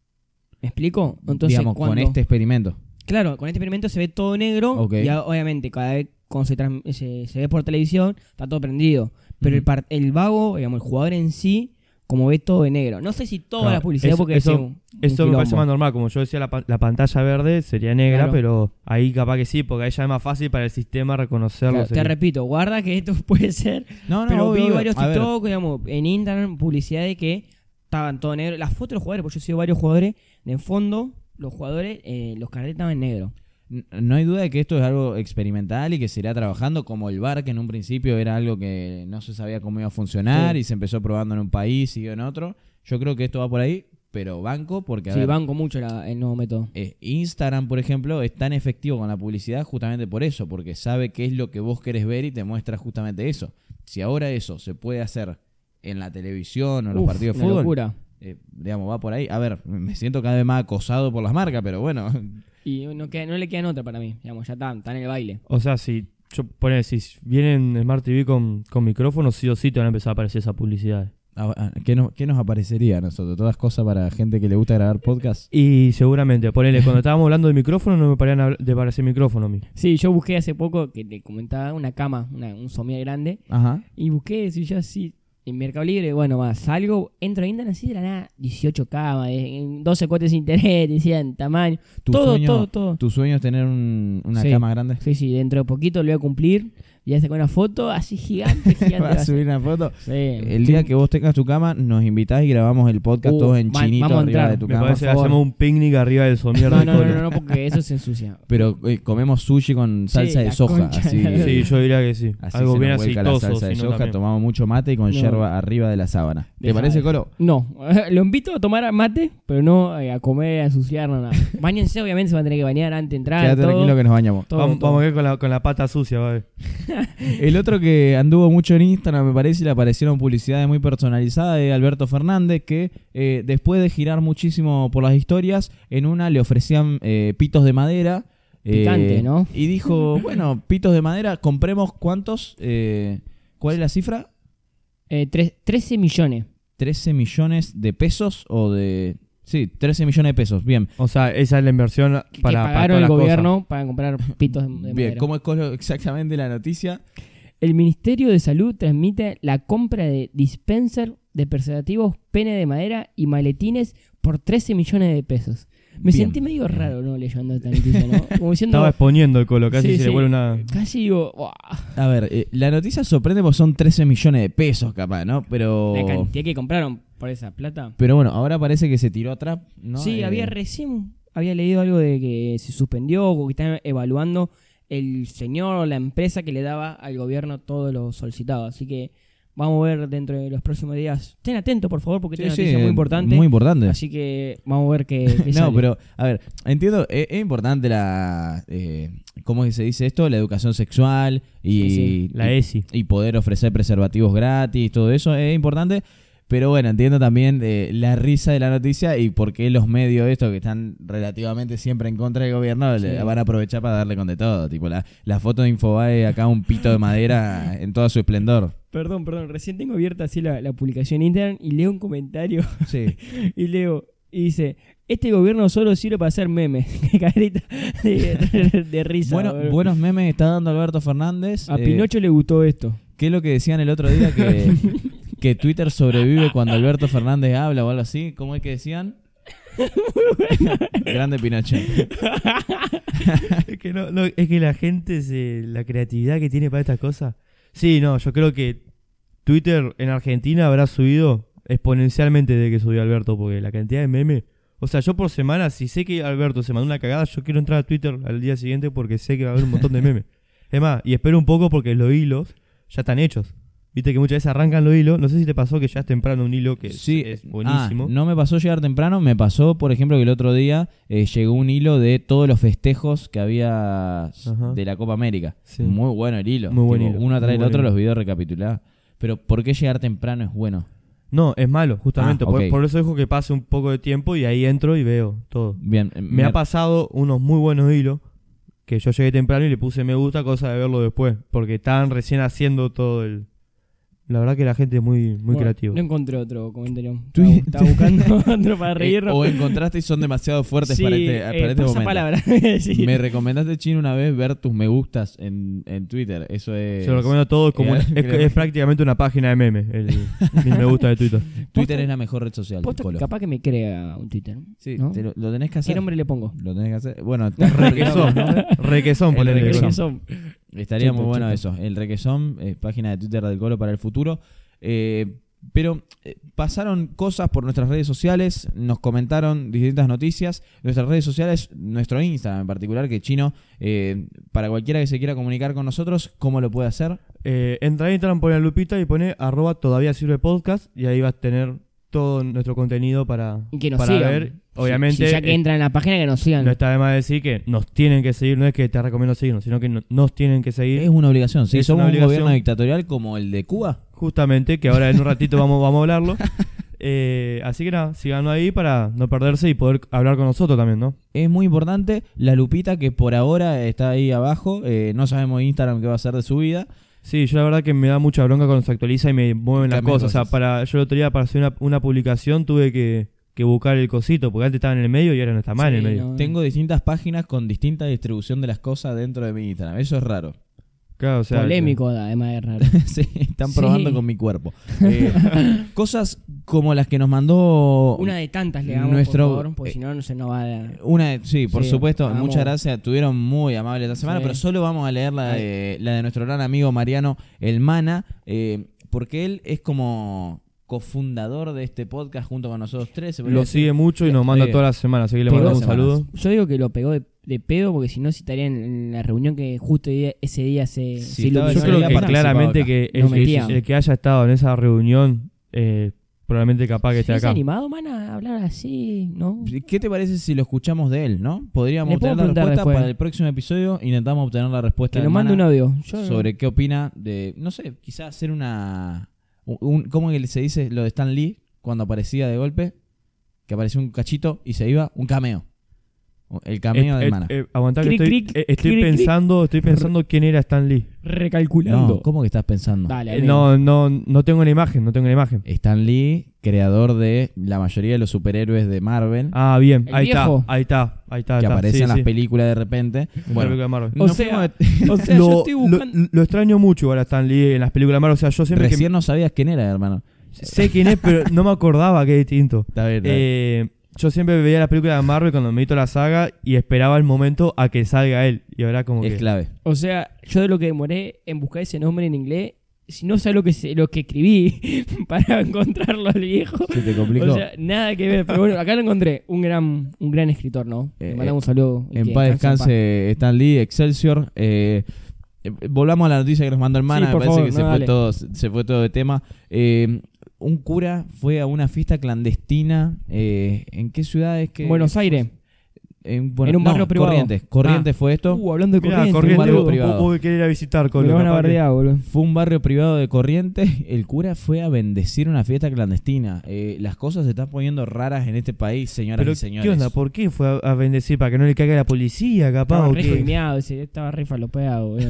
D: ¿Me explico? Entonces,
B: digamos, con
D: cuando-
B: este experimento.
D: Claro, con este experimento se ve todo negro
B: Ok.
D: y a- obviamente cada vez cuando se, tran- se- se ve por televisión está todo prendido. Pero el,
B: Ujú.
D: par- el vago, digamos, el jugador en sí, como ve todo de negro. No sé si toda
C: Claro,
D: la publicidad
C: eso-
D: porque
C: eso-
D: es un- un
C: Eso me parece
D: quilombo.
C: más normal, como yo decía, la, pa- la pantalla verde sería negra,
D: Claro.
C: pero ahí capaz que sí, porque ahí ya es más fácil para el sistema reconocerlo.
D: Claro, te
C: sería.
D: repito, guarda que esto [LAUGHS] puede ser
B: No, no,
D: pero
B: obvio,
D: vi
B: obvio.
D: varios
B: A ver,
D: TikTok, digamos, en Instagram, publicidad de que estaban todo negro. Las fotos de los jugadores, porque yo sigo varios jugadores, de fondo, los jugadores, eh, los carteles estaban en negro.
B: n- No hay duda de que esto es algo experimental y que se irá trabajando como el bar, que en un principio era algo que no se sabía cómo iba a funcionar
D: Sí.
B: y se empezó probando en un país, siguió en otro. Yo creo que esto va por ahí, pero banco, porque a
D: Sí,
B: ver,
D: banco mucho la- el nuevo método.
B: eh, Instagram, por ejemplo, es tan efectivo con la publicidad justamente por eso, porque sabe qué es lo que vos querés ver y te muestra justamente eso. Si ahora eso se puede hacer en la televisión o en los
D: Uf,
B: partidos de
D: una
B: fútbol,
D: locura.
B: eh, digamos, va por ahí. A ver, me siento cada vez más acosado por las marcas, pero bueno.
D: Y no, queda- no le quedan otra para mí, digamos, ya están, están en el baile.
C: O sea, si yo poner, si vienen Smart TV con, con micrófono, sí o sí te van a empezar a aparecer esa publicidad.
B: Ah, ah, ¿Qué, no- qué nos aparecería a nosotros? Todas cosas para gente que le gusta grabar podcast.
C: Y seguramente, ponele, cuando estábamos hablando de micrófono, no me parían habl- de parecer micrófono a mí.
D: Sí, yo busqué hace poco, que te comentaba, una cama, una- un somier grande,
B: Ajá.
D: y busqué, si yo así, en Mercado Libre, bueno, más, salgo, entro a Instagram así de la nada, 18 camas, eh, 12 cuotes sin [LAUGHS] internet, decían tamaño,
B: Tu
D: todo,
B: sueño-
D: todo, todo.
B: ¿Tu sueño es tener un- una
D: Sí.
B: cama grande?
D: Sí, sí, dentro de poquito lo voy a cumplir. Y voy a sacar una foto así
B: [LAUGHS]
D: gigante, gigante. va a
B: ¿Vas a
D: ser.
B: subir una foto?
D: Sí.
B: El día que vos tengas tu cama, nos invitás y grabamos el podcast
D: Uh,
B: todos en
D: mal,
B: chinito
D: vamos a
B: arriba
D: entrar.
B: de tu
C: Me
B: cama.
C: parece que
D: favor.
C: hacemos un picnic arriba del somier
D: No,
C: de
D: no, no,
C: cono.
D: no, no, porque eso se ensucia.
B: Pero eh, comemos sushi con
D: Sí,
B: salsa de
D: la
B: soja.
D: concha
B: Así,
D: de la
C: Sí, yo diría que sí.
B: así
C: Algo
B: se
C: bien
B: nos vuelca la
C: aceitoso.
B: salsa de
C: si no,
B: soja,
C: también.
B: tomamos mucho mate y con
D: No.
B: yerba arriba de la sábana. ¿Te
D: Deja
B: parece,
D: de-
B: Colo?
D: No, [LAUGHS] lo invito a tomar mate, pero no eh, a comer, a ensuciar, no, nada. Báñense, obviamente, se van a tener que bañar antes de entrar.
B: Quédate
D: Ah, todo,
B: tranquilo que nos bañamos.
D: todo,
C: vamos,
D: todo.
C: vamos a ir con la, con la pata sucia, va eh. a ver.
B: El otro que anduvo mucho en Instagram, me parece, y le aparecieron publicidades muy personalizadas de Alberto Fernández, que eh, después de girar muchísimo por las historias, en una le ofrecían eh, pitos de madera. eh,
D: Picante, ¿no?
B: Y
D: [LAUGHS]
B: dijo, bueno, pitos de madera, compremos cuántos. Eh, ¿Cuál es la cifra?
D: Eh, tres- 13 millones.
B: 13 millones de pesos o de... Sí, 13 millones de pesos, bien.
C: O sea, esa es la inversión para,
D: Que
C: para
D: pagaron
C: todas
D: el
C: las
D: gobierno para comprar pitos de, de
B: Bien,
D: madera.
B: ¿cómo es Colo, exactamente la noticia?
D: El Ministerio de Salud transmite la compra de dispenser de preservativos, pene de madera y maletines por 13 millones de pesos. Me
B: Bien.
D: sentí medio raro, ¿no? Leyendo esta noticia,
B: [LAUGHS]
D: ¿no? Como diciendo,
C: Estaba exponiendo el colo, casi
D: Sí,
C: se le
D: sí.
C: vuelve una.
D: casi digo, "Buah,
B: A ver, eh, la noticia sorprende porque son 13 millones de pesos capaz, ¿no? Pero...
D: la cantidad que compraron por esa plata.
B: Pero bueno, ahora parece que se tiró atrás, ¿no?
D: sí,
B: Eh,
D: había recién, había leído algo de que se suspendió o que están evaluando el señor o la empresa que le daba al gobierno todo lo solicitado. Así que vamos a ver dentro de los próximos días. Estén atentos, por favor, porque
B: sí,
D: es una
B: sí, eh,
D: noticia muy importante.
B: Muy importante.
D: Así que vamos a ver qué, qué
B: no,
D: sale.
B: pero, a ver, entiendo, e- es, importante la. eh, ¿Cómo es que se dice esto? La educación sexual y.
D: Sí, sí.
C: La
B: y,
C: ESI.
B: y poder ofrecer preservativos gratis, todo eso es importante. Pero bueno, entiendo también eh, la risa de la noticia y por qué los medios estos que están relativamente siempre en contra del gobierno le-
D: Sí.
B: van a aprovechar para darle con de todo. Tipo, la, la foto de Infobae acá, un pito de madera en todo su
D: [LAUGHS]
B: esplendor.
D: Perdón, perdón. Recién tengo abierta así la, la publicación en Instagram y leo un comentario
B: Sí.
D: y leo y dice... Este gobierno solo sirve para hacer memes. Carita de, de risa.
B: Bueno,
D: boludo.
B: buenos memes está dando Alberto Fernández.
D: A
B: Eh,
D: Pinocho le gustó esto.
B: ¿Qué es lo que decían el otro día?
C: [LAUGHS]
B: Que, que Twitter sobrevive cuando Alberto Fernández habla o algo así. ¿Cómo es que decían?
C: [LAUGHS]
B: Grande Pinochet.
C: Es que, no, no, es que la gente, se, la creatividad que tiene para estas cosas. Sí, no, yo creo que Twitter en Argentina habrá subido exponencialmente desde que subió Alberto, porque la cantidad de memes. O sea, yo por semana, si sé que Alberto se mandó una cagada, yo quiero entrar a Twitter al día siguiente porque sé que va a haber un montón de memes. es más, y espero un poco porque los hilos ya están hechos. Viste que muchas veces arrancan los hilos. No sé si te pasó que ya es temprano un hilo que es-
B: Sí,
C: es,
B: ah,
C: buenísimo.
B: no me pasó llegar temprano, me pasó, por ejemplo, que el otro día eh, llegó un hilo de todos los festejos que había s-
C: Ajá.
B: de la Copa América.
C: Sí.
B: Muy bueno el hilo.
C: Muy buen
B: Tipo,
C: hilo,
B: Uno atrás
C: muy
B: del
C: buen
B: otro
C: hilo.
B: los videos recapitulados. Pero ¿por qué llegar temprano es bueno?
C: No, es malo, justamente.
B: Ah,
C: por-
B: ok.
C: por, eso dejo que pase un poco de tiempo y ahí entro y veo todo.
B: Bien, eh,
C: Me
B: me-
C: ha pasado unos muy buenos hilos que yo llegué temprano y le puse me gusta, cosa de verlo después. Porque estaban recién haciendo todo el. La verdad que la gente es muy, muy
D: Bueno,
C: creativa.
D: No encontré otro comentario.
B: Tú-
D: Estaba, estaba buscando otro para
B: eh,
D: reírnos.
B: o encontraste y son demasiado fuertes
D: Sí,
B: para este,
D: eh,
B: para este
D: por esa
B: momento.
D: palabra. [LAUGHS] Sí.
B: Me recomendaste, Chino, una vez ver tus me gustas en, en Twitter. Eso
D: Eh,
B: es...
C: Se lo recomiendo a todos. Como
B: Claro,
C: es,
B: claro.
C: es prácticamente una página de meme. El, el me gusta de Twitter.
B: Twitter
D: Posta-
B: es la mejor red social.
D: Posta que
B: Colo.
D: capaz que me crea un Twitter.
B: Sí,
D: ¿no?
B: te lo, lo tenés que
D: ¿Qué
B: hacer.
D: nombre le pongo?
B: Lo tenés que hacer.
D: [LAUGHS]
B: Bueno,
C: Requesón. Requesón,
B: El
C: ponele.
B: requesón.
D: Creo
C: Requesón.
D: que son-
B: Estaría
D: Cheto,
B: muy bueno
D: cheto.
B: eso. El requesón, eh, página de Twitter del Colo para el futuro. Eh, pero eh, pasaron cosas por nuestras redes sociales, nos comentaron distintas noticias. Nuestras redes sociales, nuestro Instagram en particular, que chino, eh, para cualquiera que se quiera comunicar con nosotros, ¿cómo lo puede hacer?
C: Eh, entra a Instagram, pone la lupita y pone arroba todavía sirve podcast y ahí vas a tener todo nuestro contenido para,
D: Y que nos
C: para
D: sigan.
C: ver. Obviamente,
D: Si, si ya que
C: eh,
D: entran en la página, que nos sigan.
C: no está de más decir que nos tienen que seguir, no es que te recomiendo seguirnos, sino que no- nos tienen que seguir.
B: Es una obligación. Si
C: Es
B: somos
C: una
B: un
C: obligación.
B: gobierno dictatorial como el de Cuba,
C: Justamente, que ahora en un ratito vamos, vamos
B: [LAUGHS]
C: a hablarlo. Eh, así que nada, sigan ahí para no perderse y poder hablar con nosotros también, ¿no?
B: Es muy importante la lupita que por ahora está ahí abajo. eh, no sabemos Instagram qué va a hacer de su vida.
C: Sí, yo la verdad que me da mucha bronca cuando se actualiza y me mueven las
B: Cambian
C: cosas. O sea,
B: cosas.
C: para, yo el otro día para hacer una, una publicación tuve que, que buscar el cosito, porque antes estaba en el medio y ahora no está más en el
D: Sí,
C: medio.
D: no,
B: Tengo distintas páginas con distinta distribución de las cosas dentro de mi Instagram. Eso es raro. [LAUGHS]
C: Claro, o sea,
D: polémico, además de [LAUGHS] raro.
B: Sí, están
D: Sí.
B: probando con mi
D: [LAUGHS]
B: cuerpo. Eh, cosas como las que nos mandó
D: Una de tantas le damos,
B: Nuestro-
D: por favor, porque si no, no se nos va a dar.
B: Una, sí, por
D: Sí,
B: supuesto,
D: vamos.
B: muchas gracias. Tuvieron muy amables esta semana,
D: Sí.
B: pero solo vamos a leer la de, la de nuestro gran amigo Mariano El Mana, eh, porque él es como cofundador de este podcast junto con nosotros tres. se
C: que
B: podría
C: lo
B: decir.
C: sigue mucho y nos manda
B: Sí.
C: todas las semanas, así que le
B: Todas
C: mandamos un
B: las semanas.
C: saludo.
D: Yo digo que lo pegó de, de pedo, porque si no, si estaría en, en la reunión que justo día- ese día se,
B: Sí,
D: se iluminó
B: estaba-
C: Yo
B: no
D: la
C: creo
B: había
C: que
D: página.
C: claramente
B: participado
C: que
D: No
C: el, que
D: metían.
C: el que haya estado en esa reunión, eh, probablemente capaz que esté
D: ¿Se
C: acá.
D: animado, man, a hablar así? ¿No?
B: ¿Qué te parece si lo escuchamos de él, no? Podríamos
D: Le puedo
B: obtener la
D: preguntar
B: respuesta
D: después.
B: para el próximo episodio. Intentamos obtener la respuesta
D: que
B: del
D: nos mande un
B: Mana
D: audio. Yo-
B: sobre qué opina de, no sé, quizás hacer una, un- un- ¿cómo que se dice lo de Stan Lee cuando aparecía de golpe? Que apareció un cachito y se iba, un cameo. El cameo
C: Eh,
B: del
C: eh,
B: Mana.
C: eh, aguantá que
D: Cric,
C: estoy,
D: cric,
C: eh, estoy
D: cric, cric.
C: pensando, estoy pensando quién era Stan Lee.
D: Recalculando.
B: No, ¿cómo que estás pensando?
D: Dale,
C: Eh,
D: amigo.
C: no, no, no tengo la imagen, no tengo la imagen.
B: Stan Lee, creador de la mayoría de los superhéroes de Marvel,
C: Ah, bien,
D: ¿El
C: ahí está,
D: viejo?
C: ahí está, ahí está. ahí
B: que
C: está.
B: aparecen
C: Sí,
B: en las
C: sí.
B: películas de repente.
C: En la película
B: Bueno,
C: de Marvel.
D: O
B: nos
D: sea,
B: fuimos de-
D: [LAUGHS] O sea, yo
C: lo,
D: estoy
C: lo-
D: buscando.
C: lo extraño mucho ahora Stan Lee en las películas de Marvel. O sea, yo siempre
B: recién no sabías quién era, hermano.
C: que sé quién es, pero no me acordaba que
B: [LAUGHS]
C: es distinto.
B: Está bien, está bien.
C: Eh, yo siempre veía las películas de Marvel cuando me edito la saga y esperaba el momento a que salga él. Y ahora como
B: es
C: que...
B: clave.
D: O sea, yo de lo que demoré en buscar ese nombre en inglés, si no sé lo que, se- lo que escribí [LAUGHS] para encontrarlo al viejo.
B: ¿Se te complicó?
D: O sea, nada que ver, pero bueno, acá lo encontré. Un gran, un gran escritor, ¿no?
B: Eh,
D: Le mandamos un saludo. y
B: En
D: que
B: paz
D: descanse en
B: descanse Stan Lee, Excelsior. eh, eh, volvamos a la noticia que nos mandó el Mana,
D: Sí,
B: me
D: por
B: parece
D: favor,
B: que
D: no,
B: se, fue
D: dale.
B: todo, se fue todo de tema. Eh, un cura fue a una fiesta clandestina. eh, ¿En qué ciudad es que...?
D: paz. Buenos Aires.
B: En, Buenos-
D: En un
B: no,
D: barrio privado.
B: Corrientes. Corrientes fue esto.
D: Uh, hablando de
C: Mirá,
D: corriente.
C: corriente,
B: barrio
C: vos- vos,
B: privado.
C: vos querés ir a visitar con
D: Me van a bardear, boludo.
B: Fue un barrio privado de Corrientes. [LAUGHS] El cura fue a bendecir una fiesta clandestina. Eh, las cosas se están poniendo raras en este país, señoras
C: Pero,
B: y señores.
C: ¿qué onda? ¿Por qué fue a, a bendecir? ¿Para que no le caiga la policía, capaz?
D: Estaba
C: o
D: re
C: qué?
D: coimeado ese, estaba re falopeado, boludo.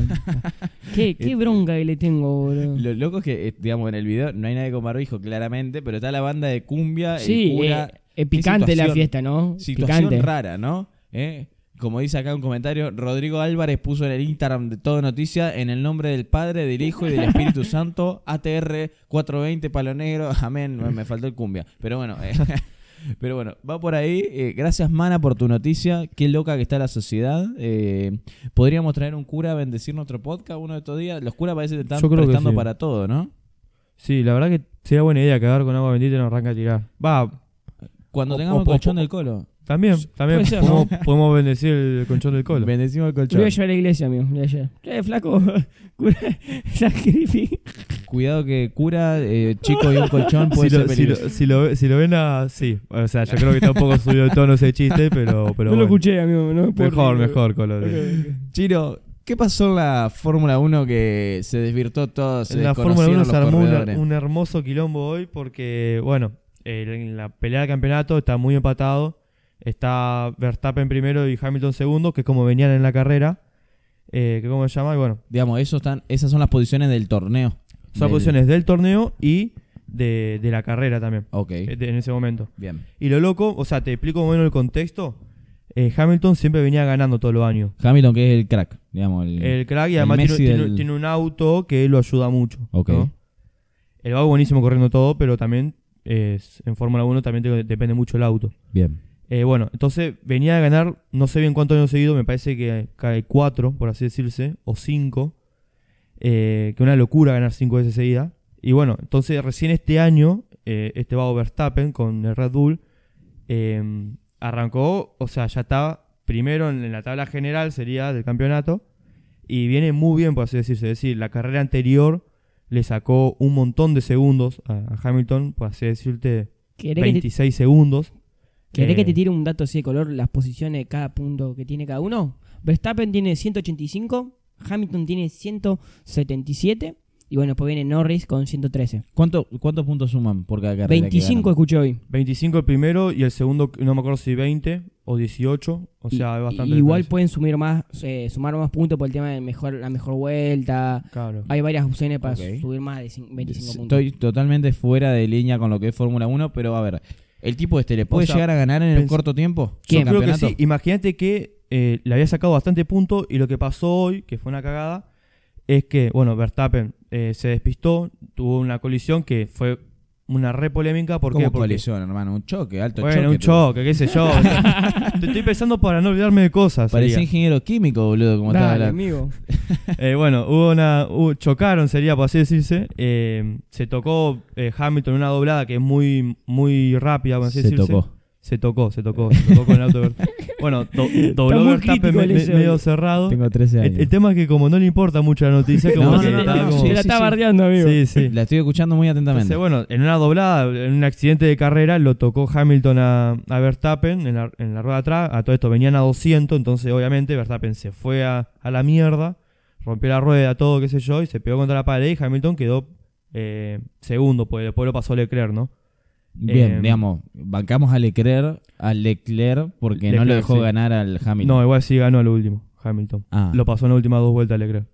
D: qué, qué bronca que le tengo, boludo.
B: Lo loco es que, eh, digamos, en el video no hay nadie con barbijo, claramente, pero está la banda de cumbia,
D: Sí,
B: el cura...
D: eh, eh, picante la
B: situación-
D: fiesta, ¿no?
B: Situación
D: Picante.
B: rara, ¿no? ¿Eh? Como dice acá un comentario, Rodrigo Álvarez puso en el Instagram de Todo Noticia, en el nombre del Padre, del Hijo y del
C: [LAUGHS]
B: Espíritu Santo, ATR 420 Palo Negro, amén, me, me faltó el cumbia. Pero bueno, eh, [LAUGHS] pero bueno, va por ahí. Eh, gracias, Mana, por tu noticia. Qué loca que está la sociedad. Eh, Podríamos traer un cura a bendecir nuestro podcast uno de estos días. Los curas parece que están
C: Yo creo que
B: prestando
C: sí.
B: para todo, ¿no?
C: Sí, la verdad que sería buena idea cagar con agua bendita y nos arranca a tirar. Va,
B: Cuando
C: O-
B: tengamos
C: o- o-
B: colchón del colo.
C: también, también
D: puede ser,
C: podemos, podemos bendecir el conchón del
D: [LAUGHS]
C: colo.
B: Bendecimos el
D: Lo voy a
B: colchón.
D: [LAUGHS] llevar a la iglesia, amigo. Lo voy a llevar. Eh, flaco. cura, sacrifi-
B: cuidado que cura, eh, chico y un colchón puede [LAUGHS]
C: si,
B: ser
C: lo, si, lo,
B: peligroso.
C: si, lo, si lo ven a. Sí. O sea, yo creo que tampoco subió de tono ese chiste, pero. pero
D: no lo
C: bueno.
D: escuché, amigo. No puedo
C: Mejor,
D: creer.
C: mejor, Color.
D: Ok, ok.
B: Chiro, ¿qué pasó en la Fórmula 1 que se desvirtó todo? Se
C: En la
B: desconocieron
C: Fórmula 1
B: los
C: se armó una-
B: corredores?
C: un, hermoso quilombo hoy porque, bueno, el- en la pelea del campeonato está muy empatado. Está Verstappen primero y Hamilton segundo, que es como venían en la carrera. Eh, que ¿Cómo se llama? Y bueno,
B: Digamos, esos están, esas son las posiciones del torneo.
C: son las
B: Del-
C: posiciones del torneo y de, de la carrera también,
B: Ok,
C: eh, de- en ese momento.
B: bien.
C: Y lo loco, o sea, te explico más o menos el contexto. Eh, Hamilton siempre venía ganando todos los años.
B: Hamilton, que es el crack, digamos. El,
C: El crack y
B: El
C: además tiene,
B: Messi
C: tiene-
B: del-
C: tiene un auto que lo ayuda mucho.
B: Ok.
C: ¿no? El vago buenísimo corriendo todo, pero también es- en Fórmula 1 también te- depende mucho el auto.
B: Bien.
C: Eh, bueno, entonces venía a ganar, no sé bien cuántos años seguidos, me parece que cae cuatro, por así decirse, o cinco. Eh, que una locura ganar cinco veces seguida. Y bueno, entonces recién este año, eh, este vago Verstappen con el Red Bull eh, arrancó, o sea, ya estaba primero en, en la tabla general, sería del campeonato, y viene muy bien, por así decirse. Es decir, la carrera anterior le sacó un montón de segundos a, a Hamilton, por así decirte,
D: ¿Querés que te-
C: 26 segundos.
D: ¿Querés que
C: Eh,
D: te tire un dato así de color las posiciones de cada punto que tiene cada uno? Verstappen tiene 185, Hamilton tiene 177 y bueno, después viene Norris con 113.
B: ¿Cuánto, ¿Cuántos puntos suman por cada carrera? que
D: 25
B: ganan?
D: escuché hoy.
C: 25 el primero y el segundo, no me acuerdo si 20 o 18, o sea,
D: Y-
C: es bastante.
D: y igual
C: diferencia.
D: pueden sumir más, eh, sumar más puntos por el tema de mejor, la mejor vuelta.
C: Claro.
D: Hay varias opciones para
B: Ok.
D: subir más de cin- 25 puntos.
B: Estoy totalmente fuera de línea con lo que es Fórmula 1, pero a ver, ¿el tipo este le puede
C: sea,
B: llegar a ganar en el
C: pens-
B: corto tiempo?
D: ¿Quién?
B: ¿Su
C: Yo creo que
B: campeonato?
C: sí. Imagínate que eh, le había sacado bastante punto y lo que pasó hoy, que fue una cagada, es que, bueno, Verstappen eh, se despistó, tuvo una colisión que fue una re polémica. ¿Por qué?
B: ¿Cómo
C: Porque-
B: colisión, hermano? Un choque, alto
C: Bueno,
B: choque.
C: un
B: pero-
C: choque, qué sé yo. Te estoy pensando para no olvidarme de cosas.
B: Parecía
C: sería.
B: ingeniero químico, boludo, como estaba
D: Dale,
B: hablando.
D: amigo.
C: Eh, bueno, hubo una. hubo- chocaron, sería por así decirse. Eh, se tocó eh, Hamilton en una doblada que es muy, muy rápida, por así
B: Se
C: decirse.
B: tocó.
C: Se tocó, se tocó, se tocó con
B: [LAUGHS]
C: el auto. de Ver- bueno, do- dobló
D: muy
C: Verstappen
D: crítico
C: me-
D: el
C: me-
D: ese
C: medio
D: hoy.
C: cerrado.
B: Tengo 13 años.
C: El, el tema es que como no le importa mucho la
B: [LAUGHS]
C: noticia, como
B: No,
C: que
B: no, no,
C: está
B: no,
C: como-
D: Se
B: sí,
D: la
B: sí,
D: está
B: sí.
D: bardeando, amigo.
C: Sí, sí.
B: La estoy escuchando muy atentamente.
C: Entonces, bueno, en una doblada, en un accidente de carrera, lo tocó Hamilton a, a Verstappen en la, en la rueda atrás. A todo esto venían a 200, entonces obviamente Verstappen se fue a, a la mierda, rompió la rueda, todo, qué sé yo, y se pegó contra la pared y Hamilton quedó eh, segundo, pues después lo pasó Leclerc, ¿no?
B: Bien,
C: eh,
B: digamos, bancamos a Leclerc, a Leclerc porque no lo
C: Leclerc,
B: dejó
C: sí.
B: ganar al Hamilton.
C: No, igual sí ganó el último, Hamilton.
B: Ah,
C: Lo pasó en las últimas dos vueltas Leclerc.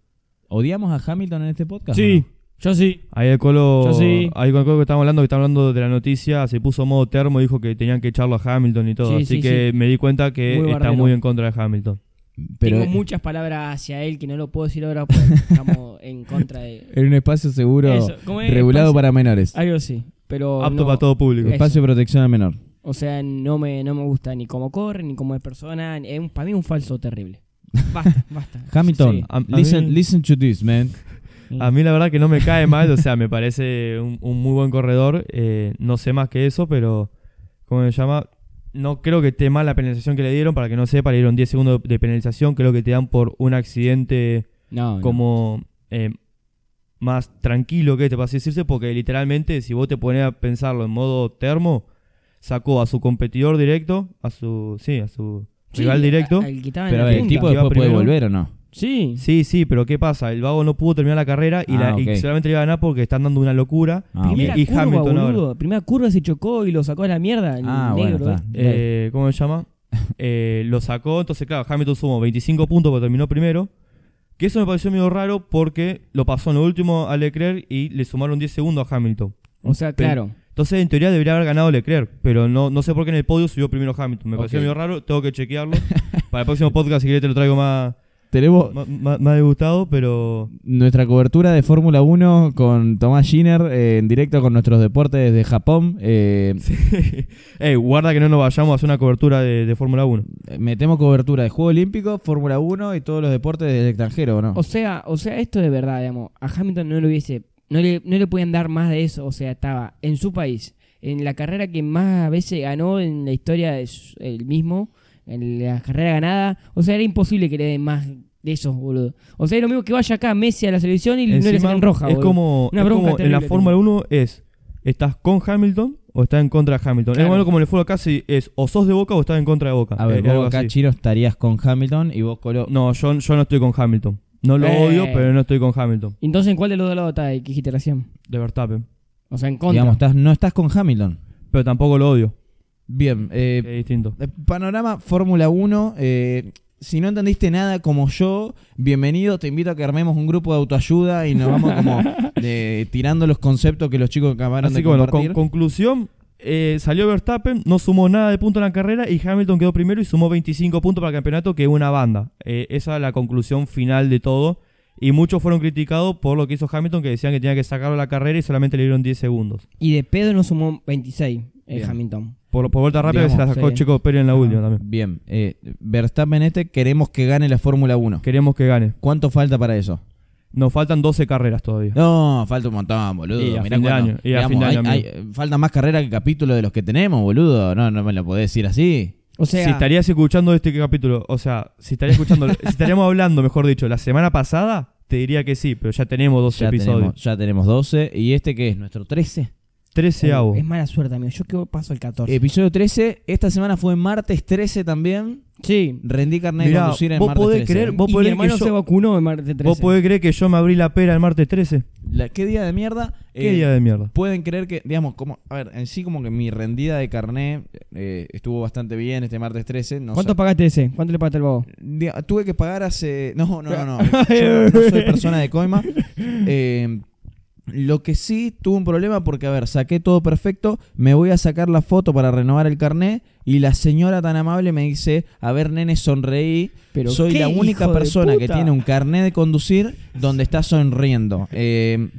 B: ¿Odiamos a Hamilton en este podcast?
D: Sí, yo sí.
C: Ahí el colo,
D: Yo sí.
C: ahí con el colo que estábamos hablando, que está hablando de la noticia, se puso modo termo, dijo que tenían que echarlo a Hamilton y todo.
D: Sí,
C: así
D: sí,
C: que me di cuenta que
D: Muy
C: está
D: barbero.
C: muy en contra de Hamilton.
B: o no? Pero
D: Tengo muchas palabras hacia él que no lo puedo decir ahora porque estamos en contra de...
B: en un espacio seguro
D: Eso, ¿cómo
C: eh,
D: es?
B: regulado
D: Espacio-
B: para menores.
D: Algo así, pero
C: Apto
D: no-
C: para todo público.
D: Eh,
B: Espacio de protección al menor.
D: O sea, no me, no me gusta ni cómo corre, ni cómo es persona. ni- Es un, para mí un falso terrible.
C: [LAUGHS]
D: Basta, basta.
B: Hamilton,
D: Sí.
C: A- a
B: listen,
C: mí-
B: listen to this, man.
C: A mí la verdad que no me cae mal, o sea, me parece un, un muy buen corredor. eh, no sé más que eso, pero ¿cómo se llama? No creo que esté mal la penalización que le dieron, para que no sepa, le dieron 10 segundos de penalización, creo que te dan por un accidente
B: No, no.
C: como eh, más tranquilo que este, para así decirse, porque literalmente si vos te pones a pensarlo en modo termo, sacó a su competidor directo, a su, sí, a su
D: Sí,
C: rival directo.
D: al- al que estaba en
B: Pero
D: la
B: a ver, el
D: punta.
B: tipo
C: Que Ah, iba
B: después puede
C: primero.
B: volver o no.
D: Sí.
C: Sí, sí, pero ¿qué pasa? El vago no pudo terminar la carrera y,
B: Ah,
C: la, y
B: ok.
C: solamente le iba a ganar porque están dando una locura.
B: Ah,
C: y,
D: Primera
C: y
D: curva,
C: Hamilton ahora.
D: boludo. Primera curva se chocó y lo sacó a la mierda. el
B: Ah,
D: negro,
B: bueno,
D: ¿eh?
B: está.
C: Eh, ¿Cómo
B: [LAUGHS]
C: se llama? Eh, lo sacó, entonces claro, Hamilton sumó 25 puntos porque terminó primero. Que eso me pareció medio raro porque lo pasó en lo último a Leclerc y le sumaron 10 segundos a Hamilton.
D: O sea,
C: Pero-
D: claro.
C: Entonces en teoría debería haber ganado Leclerc, pero no, no sé por qué en el podio subió primero Hamilton. Me pareció
B: Ok.
C: medio raro, tengo
B: [LAUGHS]
C: que chequearlo. Para el próximo podcast si querés te lo traigo más,
B: Tenemos
C: más, más- más degustado, pero...
B: nuestra cobertura de Fórmula 1 con Tomás Giner eh, en directo con nuestros deportes de Japón. Eh,
C: [LAUGHS] Ey, guarda que no nos vayamos a hacer una cobertura de, de Fórmula 1.
B: Metemos cobertura de Juego Olímpico, Fórmula 1 y todos los deportes del extranjero, ¿o ¿no?
D: O sea, o sea, esto de verdad, digamos, a Hamilton no le hubiese, no le, no le podían dar más de eso. O sea, estaba en su país, en la carrera que más veces ganó en la historia del mismo, en la carrera ganada. O sea, era imposible que le den más de esos, boludo. O sea, es lo mismo que vaya acá Messi a la selección y no le
C: Encima,
D: sacan roja,
C: es
D: boludo.
C: como,
D: Una
C: es
D: bronca
C: como en la
D: terrible
C: Fórmula 1 es, ¿estás con Hamilton o estás en contra de Hamilton?
D: Claro.
C: Es malo como en el fútbol acá si es o sos de Boca o estás en contra de Boca.
B: A ver,
C: eh, algo
B: vos acá,
C: así.
B: Chiro, estarías con Hamilton y vos, Colo.
C: No, yo, yo no estoy con Hamilton. No lo
D: Eh.
C: odio, pero no estoy con Hamilton.
D: Entonces, ¿en cuál de los dos lados está ahí que dijiste recién?
C: De Verstappen.
D: O sea, en contra.
B: digamos, estás, no estás con Hamilton.
C: Pero tampoco lo odio.
B: Bien, eh,
C: Es distinto.
B: Eh, Panorama Fórmula 1. eh, si no entendiste nada como yo, bienvenido. Te invito a que armemos un grupo de autoayuda y nos vamos
C: [LAUGHS]
B: como eh, tirando los conceptos que los chicos acabaron
C: Así
B: de
C: que bueno,
B: compartir.
C: con- conclusión. eh, salió Verstappen, no sumó nada de puntos en la carrera y Hamilton quedó primero y sumó 25 puntos para el campeonato, que es una banda. Eh, esa es la conclusión final de todo. Y muchos fueron criticados por lo que hizo Hamilton, que decían que tenía que sacarlo de la carrera y solamente le dieron 10 segundos.
D: Y de pedo no sumó 26, eh,
C: Bien.
D: Hamilton.
C: Por, por vuelta rápida
B: Digamos,
C: se la sacó
D: sí. Ah.
C: Checo Pérez en la
D: Ajá.
C: última también.
B: Bien, eh, Verstappen este queremos que gane la Fórmula 1.
C: Queremos que gane.
B: ¿Cuánto falta para eso?
C: Nos faltan 12 carreras todavía.
B: No, falta un montón, boludo.
C: Y a
B: Mirá
C: fin de
B: cuando-
C: año, y a fin de
B: hay-
C: año,
B: hay- falta más carrera que capítulo de los que tenemos, boludo. No, no me lo podés decir así.
D: O sea,
C: si estarías escuchando este capítulo, o sea, si estarías
D: [LAUGHS]
C: escuchando, si estaríamos hablando, mejor dicho, la semana pasada, te diría que sí, pero ya tenemos 12
B: Ya
C: episodios.
B: tenemos, ya tenemos 12. ¿Y este qué es? ¿Nuestro 13?
C: 13
D: uh,
C: avos.
D: es mala suerte, amigo. Yo que paso el 14.
B: Episodio 13. Esta semana fue martes 13 también.
D: sí.
B: Rendí carnet
C: Mirá,
B: de conducir en
C: vos
B: martes
C: podés
B: 13.
C: creer, vos
D: y mi
C: podés
D: hermano
C: que yo-
D: se vacunó en martes 13.
C: ¿Vos podés creer que yo me abrí la pera el martes 13?
B: La- ¿Qué día de mierda?
C: ¿Qué
B: Eh,
C: día de mierda?
B: Pueden creer que, digamos, como, a ver, en sí como que mi rendida de carnet eh, estuvo bastante bien este martes 13. No
D: ¿Cuánto
B: sé.
D: pagaste ese? ¿Cuánto le pagaste al babo?
B: Diga- Tuve que pagar hace... No, no, no,
D: [LAUGHS]
B: no. Yo no, no soy persona de coima. Eh, lo que sí tuve un problema porque, a ver, saqué todo perfecto, me voy a sacar la foto para renovar el carnet y la señora tan amable me dice, a ver, nene, sonreí.
D: Pero
B: Soy
D: qué
B: la única
D: hijo de
B: persona que
D: puta.
B: tiene un carnet de conducir donde está sonriendo. Eh,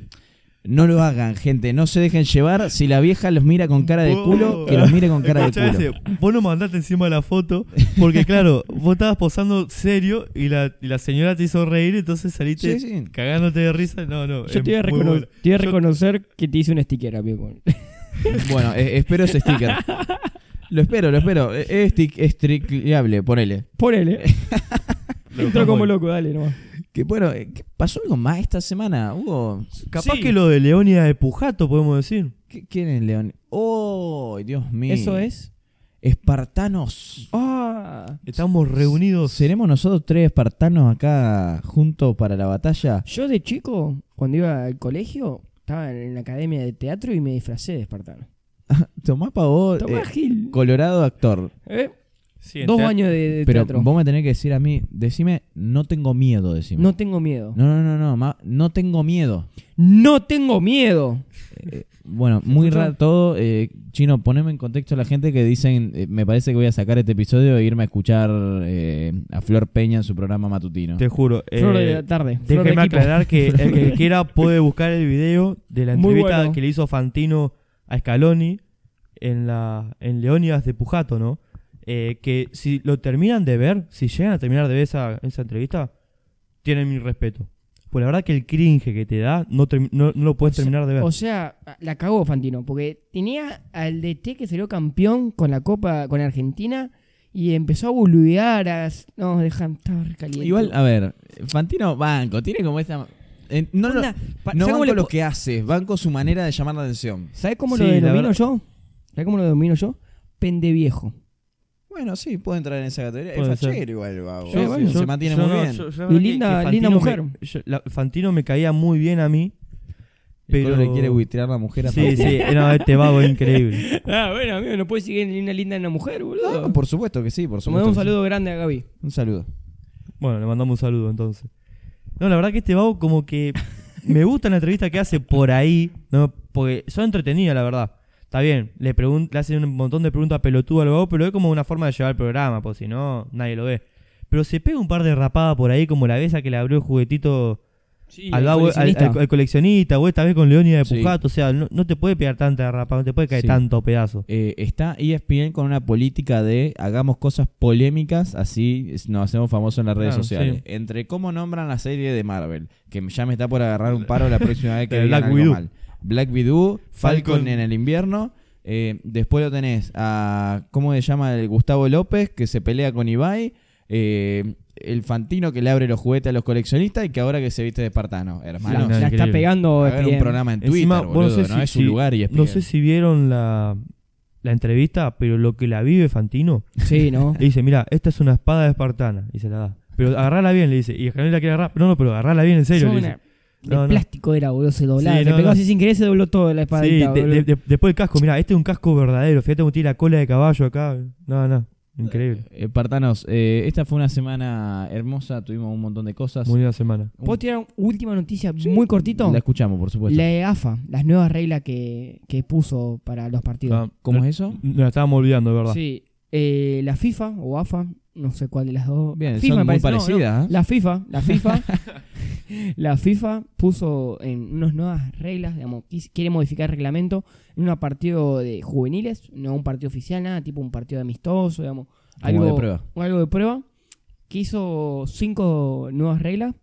B: no lo hagan, gente. No se dejen llevar. Si la vieja los mira con cara de culo, que los mire con cara de
C: Escuchá
B: culo.
C: ese, vos no mandaste encima la foto,
D: [LAUGHS]
C: porque claro, vos estabas posando serio y la, y la señora te hizo reír, entonces saliste
B: Sí, sí.
C: cagándote de risa. No, no.
D: Yo
C: es
D: te voy a,
C: muy
D: recono-
C: bueno.
D: te voy a
C: Yo-
D: reconocer que te hice un sticker, amigo.
B: Bueno, eh, espero ese sticker. Lo espero, lo espero. Eh, Es tic- es tricleable, ponele.
D: [LAUGHS] Ponele. Entró [LAUGHS]
C: dejamos
D: como
C: ahí.
D: loco, dale nomás.
B: Que bueno, eh, ¿qué- ¿pasó algo más esta semana, Hugo?
C: Capaz
D: Sí.
C: que lo de Leónida de Pujato, podemos decir.
B: ¿Qué- ¿Quién es León? ¡Oh, Dios mío!
D: Eso es.
B: Espartanos.
D: Ah.
C: Estamos reunidos.
B: ¿Seremos nosotros tres espartanos acá juntos para la batalla?
D: Yo de chico, cuando iba al colegio, estaba en la academia de teatro y me disfracé de espartano.
B: Tomá pa' vos,
D: Tomá,
B: eh,
D: Gil.
B: Colorado actor.
D: Eh,
C: Sí, en
D: Dos
C: teatro.
D: años de, de
B: Pero
D: teatro.
B: vos me tenés que decir a mí, decime, no tengo miedo, decime.
D: No tengo miedo.
B: no, no, no, no, ma- no tengo miedo.
D: No tengo miedo.
B: eh, Bueno, muy
D: escuchó?
B: raro todo. eh, Chino, poneme en contexto a la gente que dicen, eh, me parece que voy a sacar este episodio e irme a escuchar eh, a Flor Peña en su programa matutino.
C: Te juro. eh,
D: Flor de la tarde. Flor de
C: Déjeme
D: equipo.
C: aclarar que
D: [LAUGHS]
C: el que quiera puede buscar el video de la
D: Muy
C: entrevista
D: bueno.
C: que le hizo Fantino a Scaloni en la en Leónidas de Pujato, ¿no? Eh, que si lo terminan de ver, si llegan a terminar de ver esa, esa entrevista, tienen mi respeto. Pues la verdad que el cringe que te da no, termi- no, no lo puedes
D: sea-
C: terminar de ver.
D: O sea, la cagó Fantino, porque tenía al DT que salió campeón con la Copa con Argentina y empezó a boludear a... No, deja, estaba re caliente.
B: Igual, a ver, Fantino Banco, tiene como esta... eh, no lo-
D: Onda, pa-
B: no
D: ¿sabes cómo
B: banco
D: le
B: lo
D: po-
B: que hace, banco su manera de llamar la atención.
D: ¿Sabés cómo
C: Sí,
D: lo
C: la
D: denomino
C: verdad-
D: yo? ¿Sabés cómo lo denomino yo? Pende viejo.
B: Bueno, sí, puede entrar en esa categoría. Es
C: Puede ser.
B: fachero igual, vago.
D: Yo-
B: Eh,
D: bueno,
B: se mantiene
C: yo
B: muy
C: no,
B: bien.
C: yo- yo la
D: Y
C: verdad que-
D: linda-
C: que Fantino
D: linda
C: me-
D: mujer.
C: yo- la- Fantino me caía muy bien a mí.
B: pero...
C: Pero
B: le quiere buitrear la mujer a
C: Sí,
B: Fantino.
C: sí,
B: [LAUGHS]
C: no, este vago es increíble.
D: Ah, bueno, amigo, no puede seguir en una linda en una mujer, boludo.
B: No, por supuesto que sí, por
D: Me da
B: supuesto.
D: un
B: que sí.
D: saludo grande a Gaby.
B: Un saludo.
C: Bueno, le mandamos un saludo entonces. No, la verdad que este vago como que me gusta la entrevista que hace por ahí, ¿no? porque son entretenidas, la verdad. Está bien, le, pregun- le hacen un montón de preguntas pelotudas al vago, pero es como una forma de llevar el programa, pues si no, nadie lo ve. Pero se pega un par de rapadas por ahí, como la vez a que le abrió el juguetito al, vago- al- al- al coleccionista. o esta vez con Leónida de
B: Sí.
C: Pujato. O sea, no, no te puede pegar tanta rapada, no te puede caer
B: Sí.
C: tanto pedazo.
B: Eh, está ESPN con una política de hagamos cosas polémicas, así es- nos hacemos famosos en las redes
C: Claro,
B: sociales.
C: sí.
B: Entre cómo nombran la serie de Marvel, que ya me está por agarrar un paro la próxima
C: [LAUGHS]
B: vez que
C: De
B: digan
C: Black
B: algo
C: Widow.
B: mal. Black Widow, Falcon,
C: Falcon.
B: en el invierno. eh, después lo tenés a, ¿cómo se llama? El Gustavo López, que se pelea con Ibai. eh, el Fantino que le abre los juguetes a los coleccionistas y que ahora que se viste de espartano, hermano.
C: Sí, E no,
D: la está
C: increíble.
D: pegando
B: Va a haber un
D: ESPN.
B: programa en Twitter,
C: Encima, vos no
B: boludo,
C: sé
B: no
C: si-
B: es su
C: si-
B: lugar E y
C: No sé si vieron la, la entrevista, pero lo que la vive Fantino,
D: Sí, ¿no?
C: le dice, mira, esta es una espada espartana, y se la da. Pero agarrala bien, le dice. Y el general la quiere agarrar. No, no, pero agarrala bien, en serio.
D: Son
C: le
D: una-
C: dice.
D: de
C: No, no.
D: plástico era, boludo, se doblaba.
C: Sí,
D: se
C: no,
D: pegó
C: no.
D: así sin querer, se dobló todo la
C: Sí,
D: espadita,
C: de-
D: boludo.
C: de- de- después el casco, mira, este es un casco verdadero. Fíjate cómo tiene la cola de caballo acá. No, no, increíble.
B: Espartanos, eh, esta fue una semana hermosa, tuvimos un montón de cosas.
C: Muy buena semana.
D: ¿Puedo tirar una última noticia muy cortito?
B: La escuchamos, por supuesto.
D: La E EAFA, las nuevas reglas que, que puso para los partidos.
C: Ah,
B: ¿Cómo
C: no-
B: es eso?
C: Nos la estábamos olvidando, de verdad.
D: sí, eh, la FIFA o AFA, no sé cuál de las dos.
B: Bien,
D: FIFA
B: son
D: me
B: muy
D: parece. No, no,
B: parecidas. ¿eh?
D: La FIFA,
B: [LAUGHS]
D: la FIFA, la FIFA puso en unas nuevas reglas, digamos, quis- quiere modificar el reglamento en un partido de juveniles, no un partido oficial, nada, tipo un partido amistoso, digamos,
B: Como
D: algo
B: de prueba.
D: o algo de prueba, que hizo cinco nuevas reglas.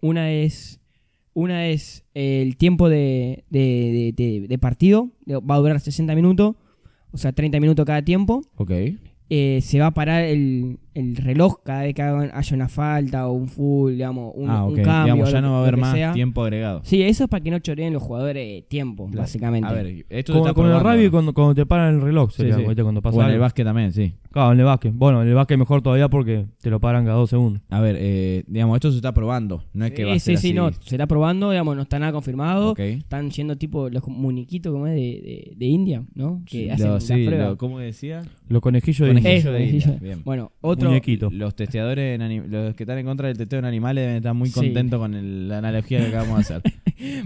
D: Una es una es eh, el tiempo de, de- de- de- de partido, va a durar 60 minutos, o sea, 30 minutos cada tiempo.
B: Ok.
D: Eh, se va a parar el, el reloj cada vez que hagan- haya una falta o un full, digamos, un,
B: ah,
D: un
B: ok.
D: cambio.
B: Digamos, ya
D: lo
B: no va a
D: que-
B: haber
D: lo que
B: más
D: sea.
B: tiempo agregado.
D: Sí, eso es para que no choreen los jugadores de tiempo,
B: Claro.
D: básicamente.
B: A ver, esto se
C: Como,
B: está
C: como en el
B: probando,
C: rugby
B: ¿no?
C: cuando, cuando te paran el reloj,
B: Sí,
C: sería,
B: sí.
C: ¿viste? cuando pasa
B: Bueno, el
C: algo.
B: básquet también, sí.
C: Claro, en el básquet. Bueno, en el básquet mejor todavía porque te lo paran cada dos segundos.
B: A ver, eh, digamos, esto se está probando. No es que va a
D: sí,
B: ser
D: sí,
B: así.
D: no, se está probando, digamos, no está nada confirmado.
B: Ok.
D: Están yendo tipo los muñequitos como es de, de- de India, ¿no? Que
B: Sí,
D: hacen
B: lo-
D: las
B: sí,
D: pruebas.
B: lo- ¿Cómo decía?
C: Los conejillos
B: Conejillos.
C: de India.
D: Eso,
B: de
D: conejillo.
B: India, bien.
D: Bueno, otro
C: Muñequito.
B: Los testeadores, en anim- los que están en contra del testeo en animales deben estar muy
D: Sí.
B: contentos con el- la analogía que acabamos de hacer.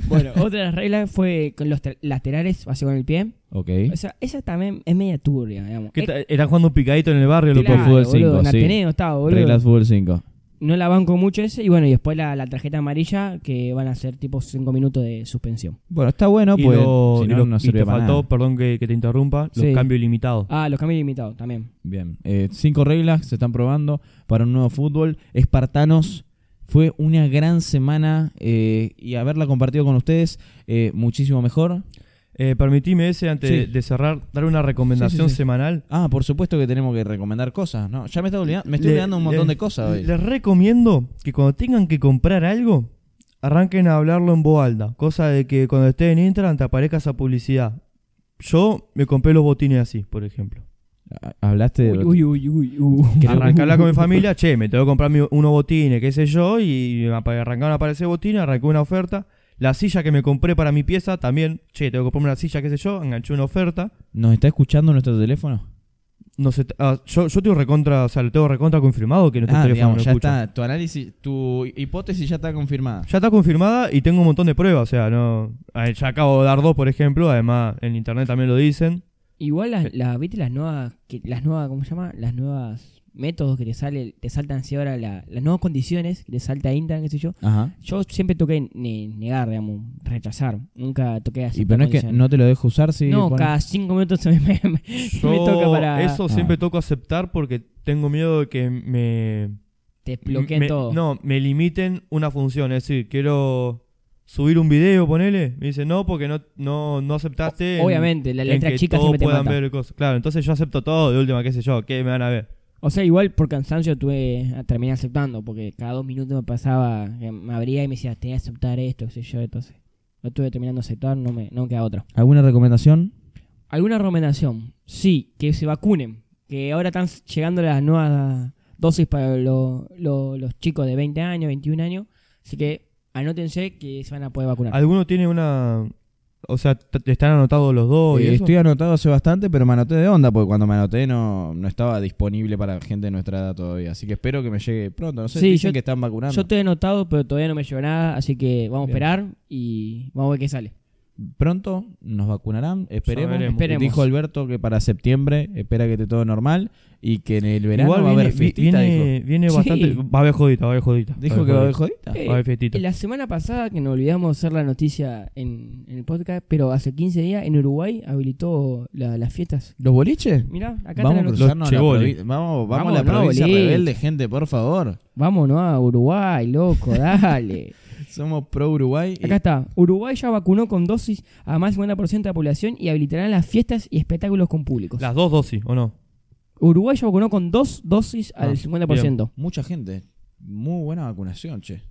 D: bueno, [LAUGHS] otra de las reglas fue con los tra- laterales, así con el pie.
B: [LAUGHS] Ok.
D: O sea, esa también es media turbia, digamos.
C: Que
D: Es-
C: ta- están jugando un picadito en el barrio, loco.
D: claro,
B: fútbol
D: boludo,
B: cinco,
D: en
B: sí.
D: Ateneo estaba, boludo.
B: Reglas Fútbol 5.
D: No la banco mucho ese. Y bueno, y después la, la tarjeta amarilla, que van a ser tipo 5 minutos de suspensión.
B: Bueno, está bueno,
C: y
B: pues.
C: lo-
B: si
C: y
B: no,
C: lo-
B: no
C: y
B: sirve
C: te
B: para
C: faltó,
B: nada.
C: perdón que, que te interrumpa, los
D: Sí.
C: cambios ilimitados.
D: Ah, los cambios limitados también.
B: Bien. Eh, cinco reglas se están probando para un nuevo fútbol. Espartanos. Fue una gran semana eh, y haberla compartido con ustedes eh, muchísimo mejor.
C: Eh, permitime ese, antes
B: Sí.
C: de, de cerrar, dar una recomendación
B: Sí, sí, sí.
C: semanal.
B: Ah, por supuesto que tenemos que recomendar cosas, ¿no? Ya me, está olvidando, me estoy
C: Le-
B: olvidando un montón
C: le-
B: de cosas hoy.
C: Les recomiendo que cuando tengan que comprar algo, arranquen a hablarlo en voz alta. Cosa de que cuando estés en Instagram te aparezca esa publicidad. Yo me compré los botines así, por ejemplo.
B: Ah, Hablaste de...
D: Uy, uy, uy, uy, uy.
C: Arrancarla con mi familia, che, me tengo que comprar mi- unos botines, qué sé yo, y me apa- arrancaron a aparecer botines, arranqué una oferta. La silla que me compré para mi pieza también, che, tengo que comprarme una silla, qué sé yo, enganché una oferta.
B: ¿Nos está escuchando nuestro teléfono?
C: No sé, ah, yo, yo tengo recontra, o sea, lo tengo recontra confirmado que nuestro
B: Ah,
C: teléfono
B: digamos,
C: no
B: ya
C: escucha.
B: está. Tu análisis, tu hipótesis ya está confirmada.
C: Ya está confirmada y tengo un montón de pruebas, o sea, no. a ver, Ya acabo de dar dos, por ejemplo, además en internet también lo dicen.
D: Igual las, las- viste las nuevas, que, las nuevas, ¿cómo se llama? Las nuevas métodos que te sale, te saltan así ahora la- las nuevas condiciones que te salta Instagram, qué sé yo.
B: Ajá.
D: Yo siempre toqué ne- negar, digamos, rechazar. Nunca toqué así.
B: Y pero no es que no te lo dejo usar si...
D: no,
B: pones-
D: cada cinco minutos se me, [LAUGHS] me- [GASPS] me-
C: Yo
D: me toca para...
C: Eso
B: Ah.
C: siempre toco aceptar porque tengo miedo de que me.
D: te bloquean
C: me-
D: todo.
C: No, me limiten una función. Es decir, quiero subir un video, ponele. Me dicen, no, porque no, no, no aceptaste. en-
D: Obviamente, la
C: en
D: letra
C: que
D: chica
C: todos
D: siempre te
C: puedan
D: mata.
C: ver el coso. Claro, entonces yo acepto todo, de última, qué sé yo, qué me van a ver.
D: O sea, igual por cansancio tuve terminé aceptando, porque cada dos minutos me pasaba, que me abría y me decía, tenía que aceptar esto, qué sé yo, entonces. No estuve terminando de aceptar, no me, no me queda otra.
B: ¿Alguna recomendación?
D: ¿Alguna recomendación? Sí, que se vacunen. Que ahora están llegando las nuevas dosis para lo- lo- los chicos de 20 años, 21 años. Así que anótense que se van a poder
B: Ah.
D: vacunar.
C: ¿Alguno tiene una. O sea, t- están anotados los dos? y
B: Eh,
C: eso?
B: estoy anotado hace bastante, pero me anoté de onda, porque cuando me anoté no, no estaba disponible para gente de nuestra edad todavía. Así que espero que me llegue pronto. No sé,
D: Sí,
B: dicen
D: yo-
B: que están vacunando.
D: Yo estoy anotado, pero todavía no me llegó nada, así que vamos
B: Bien.
D: a esperar y vamos a ver qué sale.
B: Pronto nos vacunarán, esperemos.
C: Ya veremos.
D: Esperemos.
B: Dijo Alberto que para septiembre espera que esté todo normal y que en el este verano
C: Igual
B: va a haber
C: viene-
B: fiestita,
C: viene,
B: dijo.
C: viene
D: Sí.
C: bastante. Va a haber jodita, va a haber jodita.
B: Dijo que va a haber jodita.
D: Eh,
C: Va a haber fiestita.
D: Y la semana pasada, que nos olvidamos hacer la noticia en, en el podcast, pero hace 15 días en Uruguay habilitó la- las fiestas.
B: Eh, ¿Los boliches?
D: Mirá, acá
B: Vamos a
D: está la noticia.
B: cruzarnos a la
C: chevoles.
B: provi- Vamos, vamos a la
D: Vamos, no,
B: provincia
D: boliche.
B: rebelde, gente, por favor.
D: Vámonos a Uruguay, loco,
B: [LAUGHS]
D: dale.
B: Somos pro Uruguay. y-
D: acá está. Uruguay ya vacunó con dosis a más del 50% de la población y habilitarán las fiestas y espectáculos con públicos.
C: Las dos dosis, ¿o no?
D: Uruguay ya vacunó con dos dosis
C: Ah,
D: al 50%.
B: Mucha gente. Muy buena vacunación, che.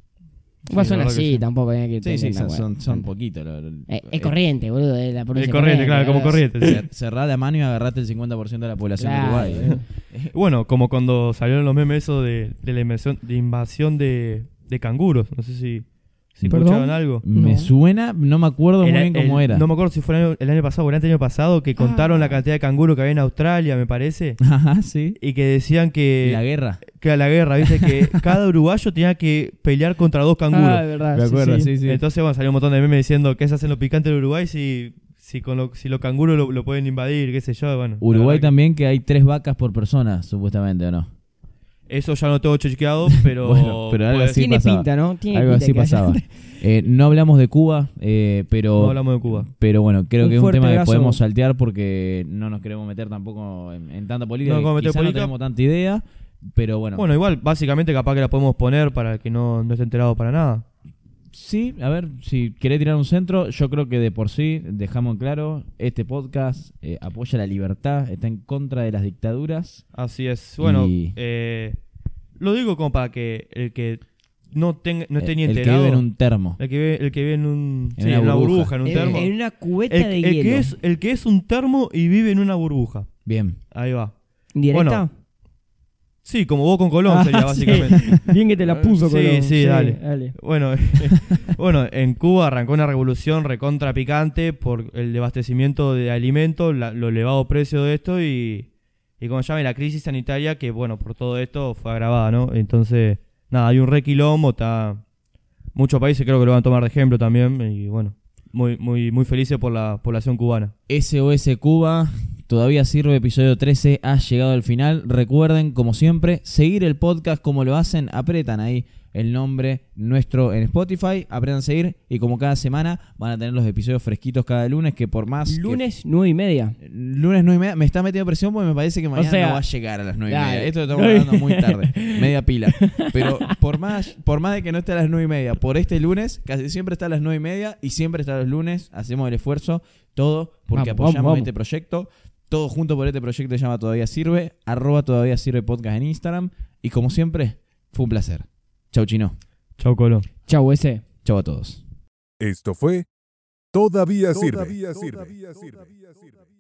D: Igual
C: Sí,
D: son
C: la verdad que
D: así,
C: sí.
D: tampoco. eh, que
B: Sí, sí,
D: tengan
B: son,
D: la hueá.
B: son, son poquitos. lo- lo-
D: Eh,
B: eh,
D: es corriente, boludo. Es la
C: Es
D: provincia
C: corriente, claro, como
D: ¿verdad?
C: corriente.
B: [LAUGHS]
C: sí.
B: cer- Cerrá la mano y agarrate el 50% de la población
D: Claro.
B: de Uruguay. eh.
C: Bueno, como cuando salieron los memes eso de, de la invasión de, invasión de, de canguros. No sé si, si
D: ¿Perdón?
C: escucharon algo.
B: Me
D: No.
B: suena, no me acuerdo muy bien
C: El-
B: cómo
C: el-
B: era. Ah.
C: No me acuerdo si fue el año, el año pasado o el año pasado que contaron la cantidad de canguros que había en Australia, me Eh, parece.
B: [LAUGHS] Ajá, sí.
C: Y que decían que
B: La guerra.
C: que a la guerra,
B: [LAUGHS]
C: viste que cada uruguayo tenía que pelear contra dos
D: Ah,
C: canguros.
D: de verdad.
B: Me
D: sí,
B: acuerdo,
D: sí.
B: sí, sí.
C: Entonces, bueno, salió un montón de memes diciendo que se hacen los picantes del Uruguay si, si con lo- si los canguros lo, lo pueden invadir, qué sé yo, bueno.
B: Uruguay
C: la verdad
B: también que hay tres vacas por persona, supuestamente, ¿o no?
C: que- Eso ya no
B: [LAUGHS]
C: tengo chequeado, pero,
B: Bueno, pero algo
C: puede-
B: así.
D: Tiene
B: pasaba.
D: pinta, ¿no? Tiene
B: Algo
D: pinta
B: así
D: que haya-
B: pasaba. Eh, no hablamos de Cuba, eh, pero...
C: no hablamos de Cuba.
B: Pero bueno, creo
D: Un
B: que es un
D: fuerte
B: tema que
D: abrazo.
B: podemos saltear porque no nos queremos meter tampoco en, en tanta política.
C: No nos
B: que
C: queremos meter
B: quizá no
C: política.
B: tenemos tanta idea, pero bueno.
C: Bueno, igual, básicamente capaz que la podemos poner para el que no, no esté enterado para nada.
B: Sí, a ver, si querés tirar un centro, yo creo que de por sí, dejamos en claro, este podcast eh, apoya la libertad, está en contra de las dictaduras.
C: Así es. Bueno,
B: Y-
C: eh, lo digo como para que el que no, tenga, no esté
B: Eh,
C: ni
B: el
C: enterado. Eh.
B: que vive en un termo.
C: El que ve, el que ve en un.
B: En
C: sí,
B: una
C: en una
B: burbuja.
C: burbuja, en un
D: En,
C: termo.
D: en una cubeta
C: El,
D: de
C: el
D: hielo.
C: que es, el que es un termo y vive en una burbuja.
B: Bien.
C: Ahí va.
D: ¿Directa?
C: Sí, como vos con Colón sería
D: Ah,
C: básicamente.
D: [LAUGHS] sí. Bien que te la puso,
C: Sí,
D: Colón.
C: sí, dale. Bueno, [LAUGHS] bueno, en Cuba arrancó una revolución recontra picante por el abastecimiento de alimentos, la- lo elevado precio de esto y, y como se llama, la crisis sanitaria que, bueno, por todo esto fue agravada, ¿no? Entonces, nada, hay un requilombo, está... Muchos países creo que lo van a tomar de ejemplo también y, bueno, muy, muy, muy felices por la población cubana.
B: SOS Cuba, todavía sirve episodio 13, ha llegado al final. Recuerden, como siempre, seguir el podcast como lo hacen, apretan ahí el nombre nuestro en Spotify, apretan seguir y como cada semana van a tener los episodios fresquitos cada lunes que por más... que-
D: Lunes, nueve y media.
B: Lunes 9 y media, me está metiendo presión porque me parece que mañana
D: sea,
B: no va a llegar a las 9 y
D: dale.
B: media.
D: [LAUGHS]
B: Esto lo estamos hablando muy tarde, media pila. Pero por más, por más de que no esté a las 9 y media, por este lunes, casi siempre está a las 9 y media y siempre está los lunes. Hacemos el esfuerzo, todo, porque
D: Vamos,
B: apoyamos
D: vamos, vamos.
B: este proyecto. Todo junto por este proyecto que se llama Todavía Sirve, arroba Todavía Sirve Podcast en Instagram. Y como siempre, fue un placer. Chau chino,
C: Chau, Colón.
D: Chau, ese.
B: chau a todos.
A: Esto fue Todavía, sirve.
E: Todavía sirve.
A: Todavía sirve.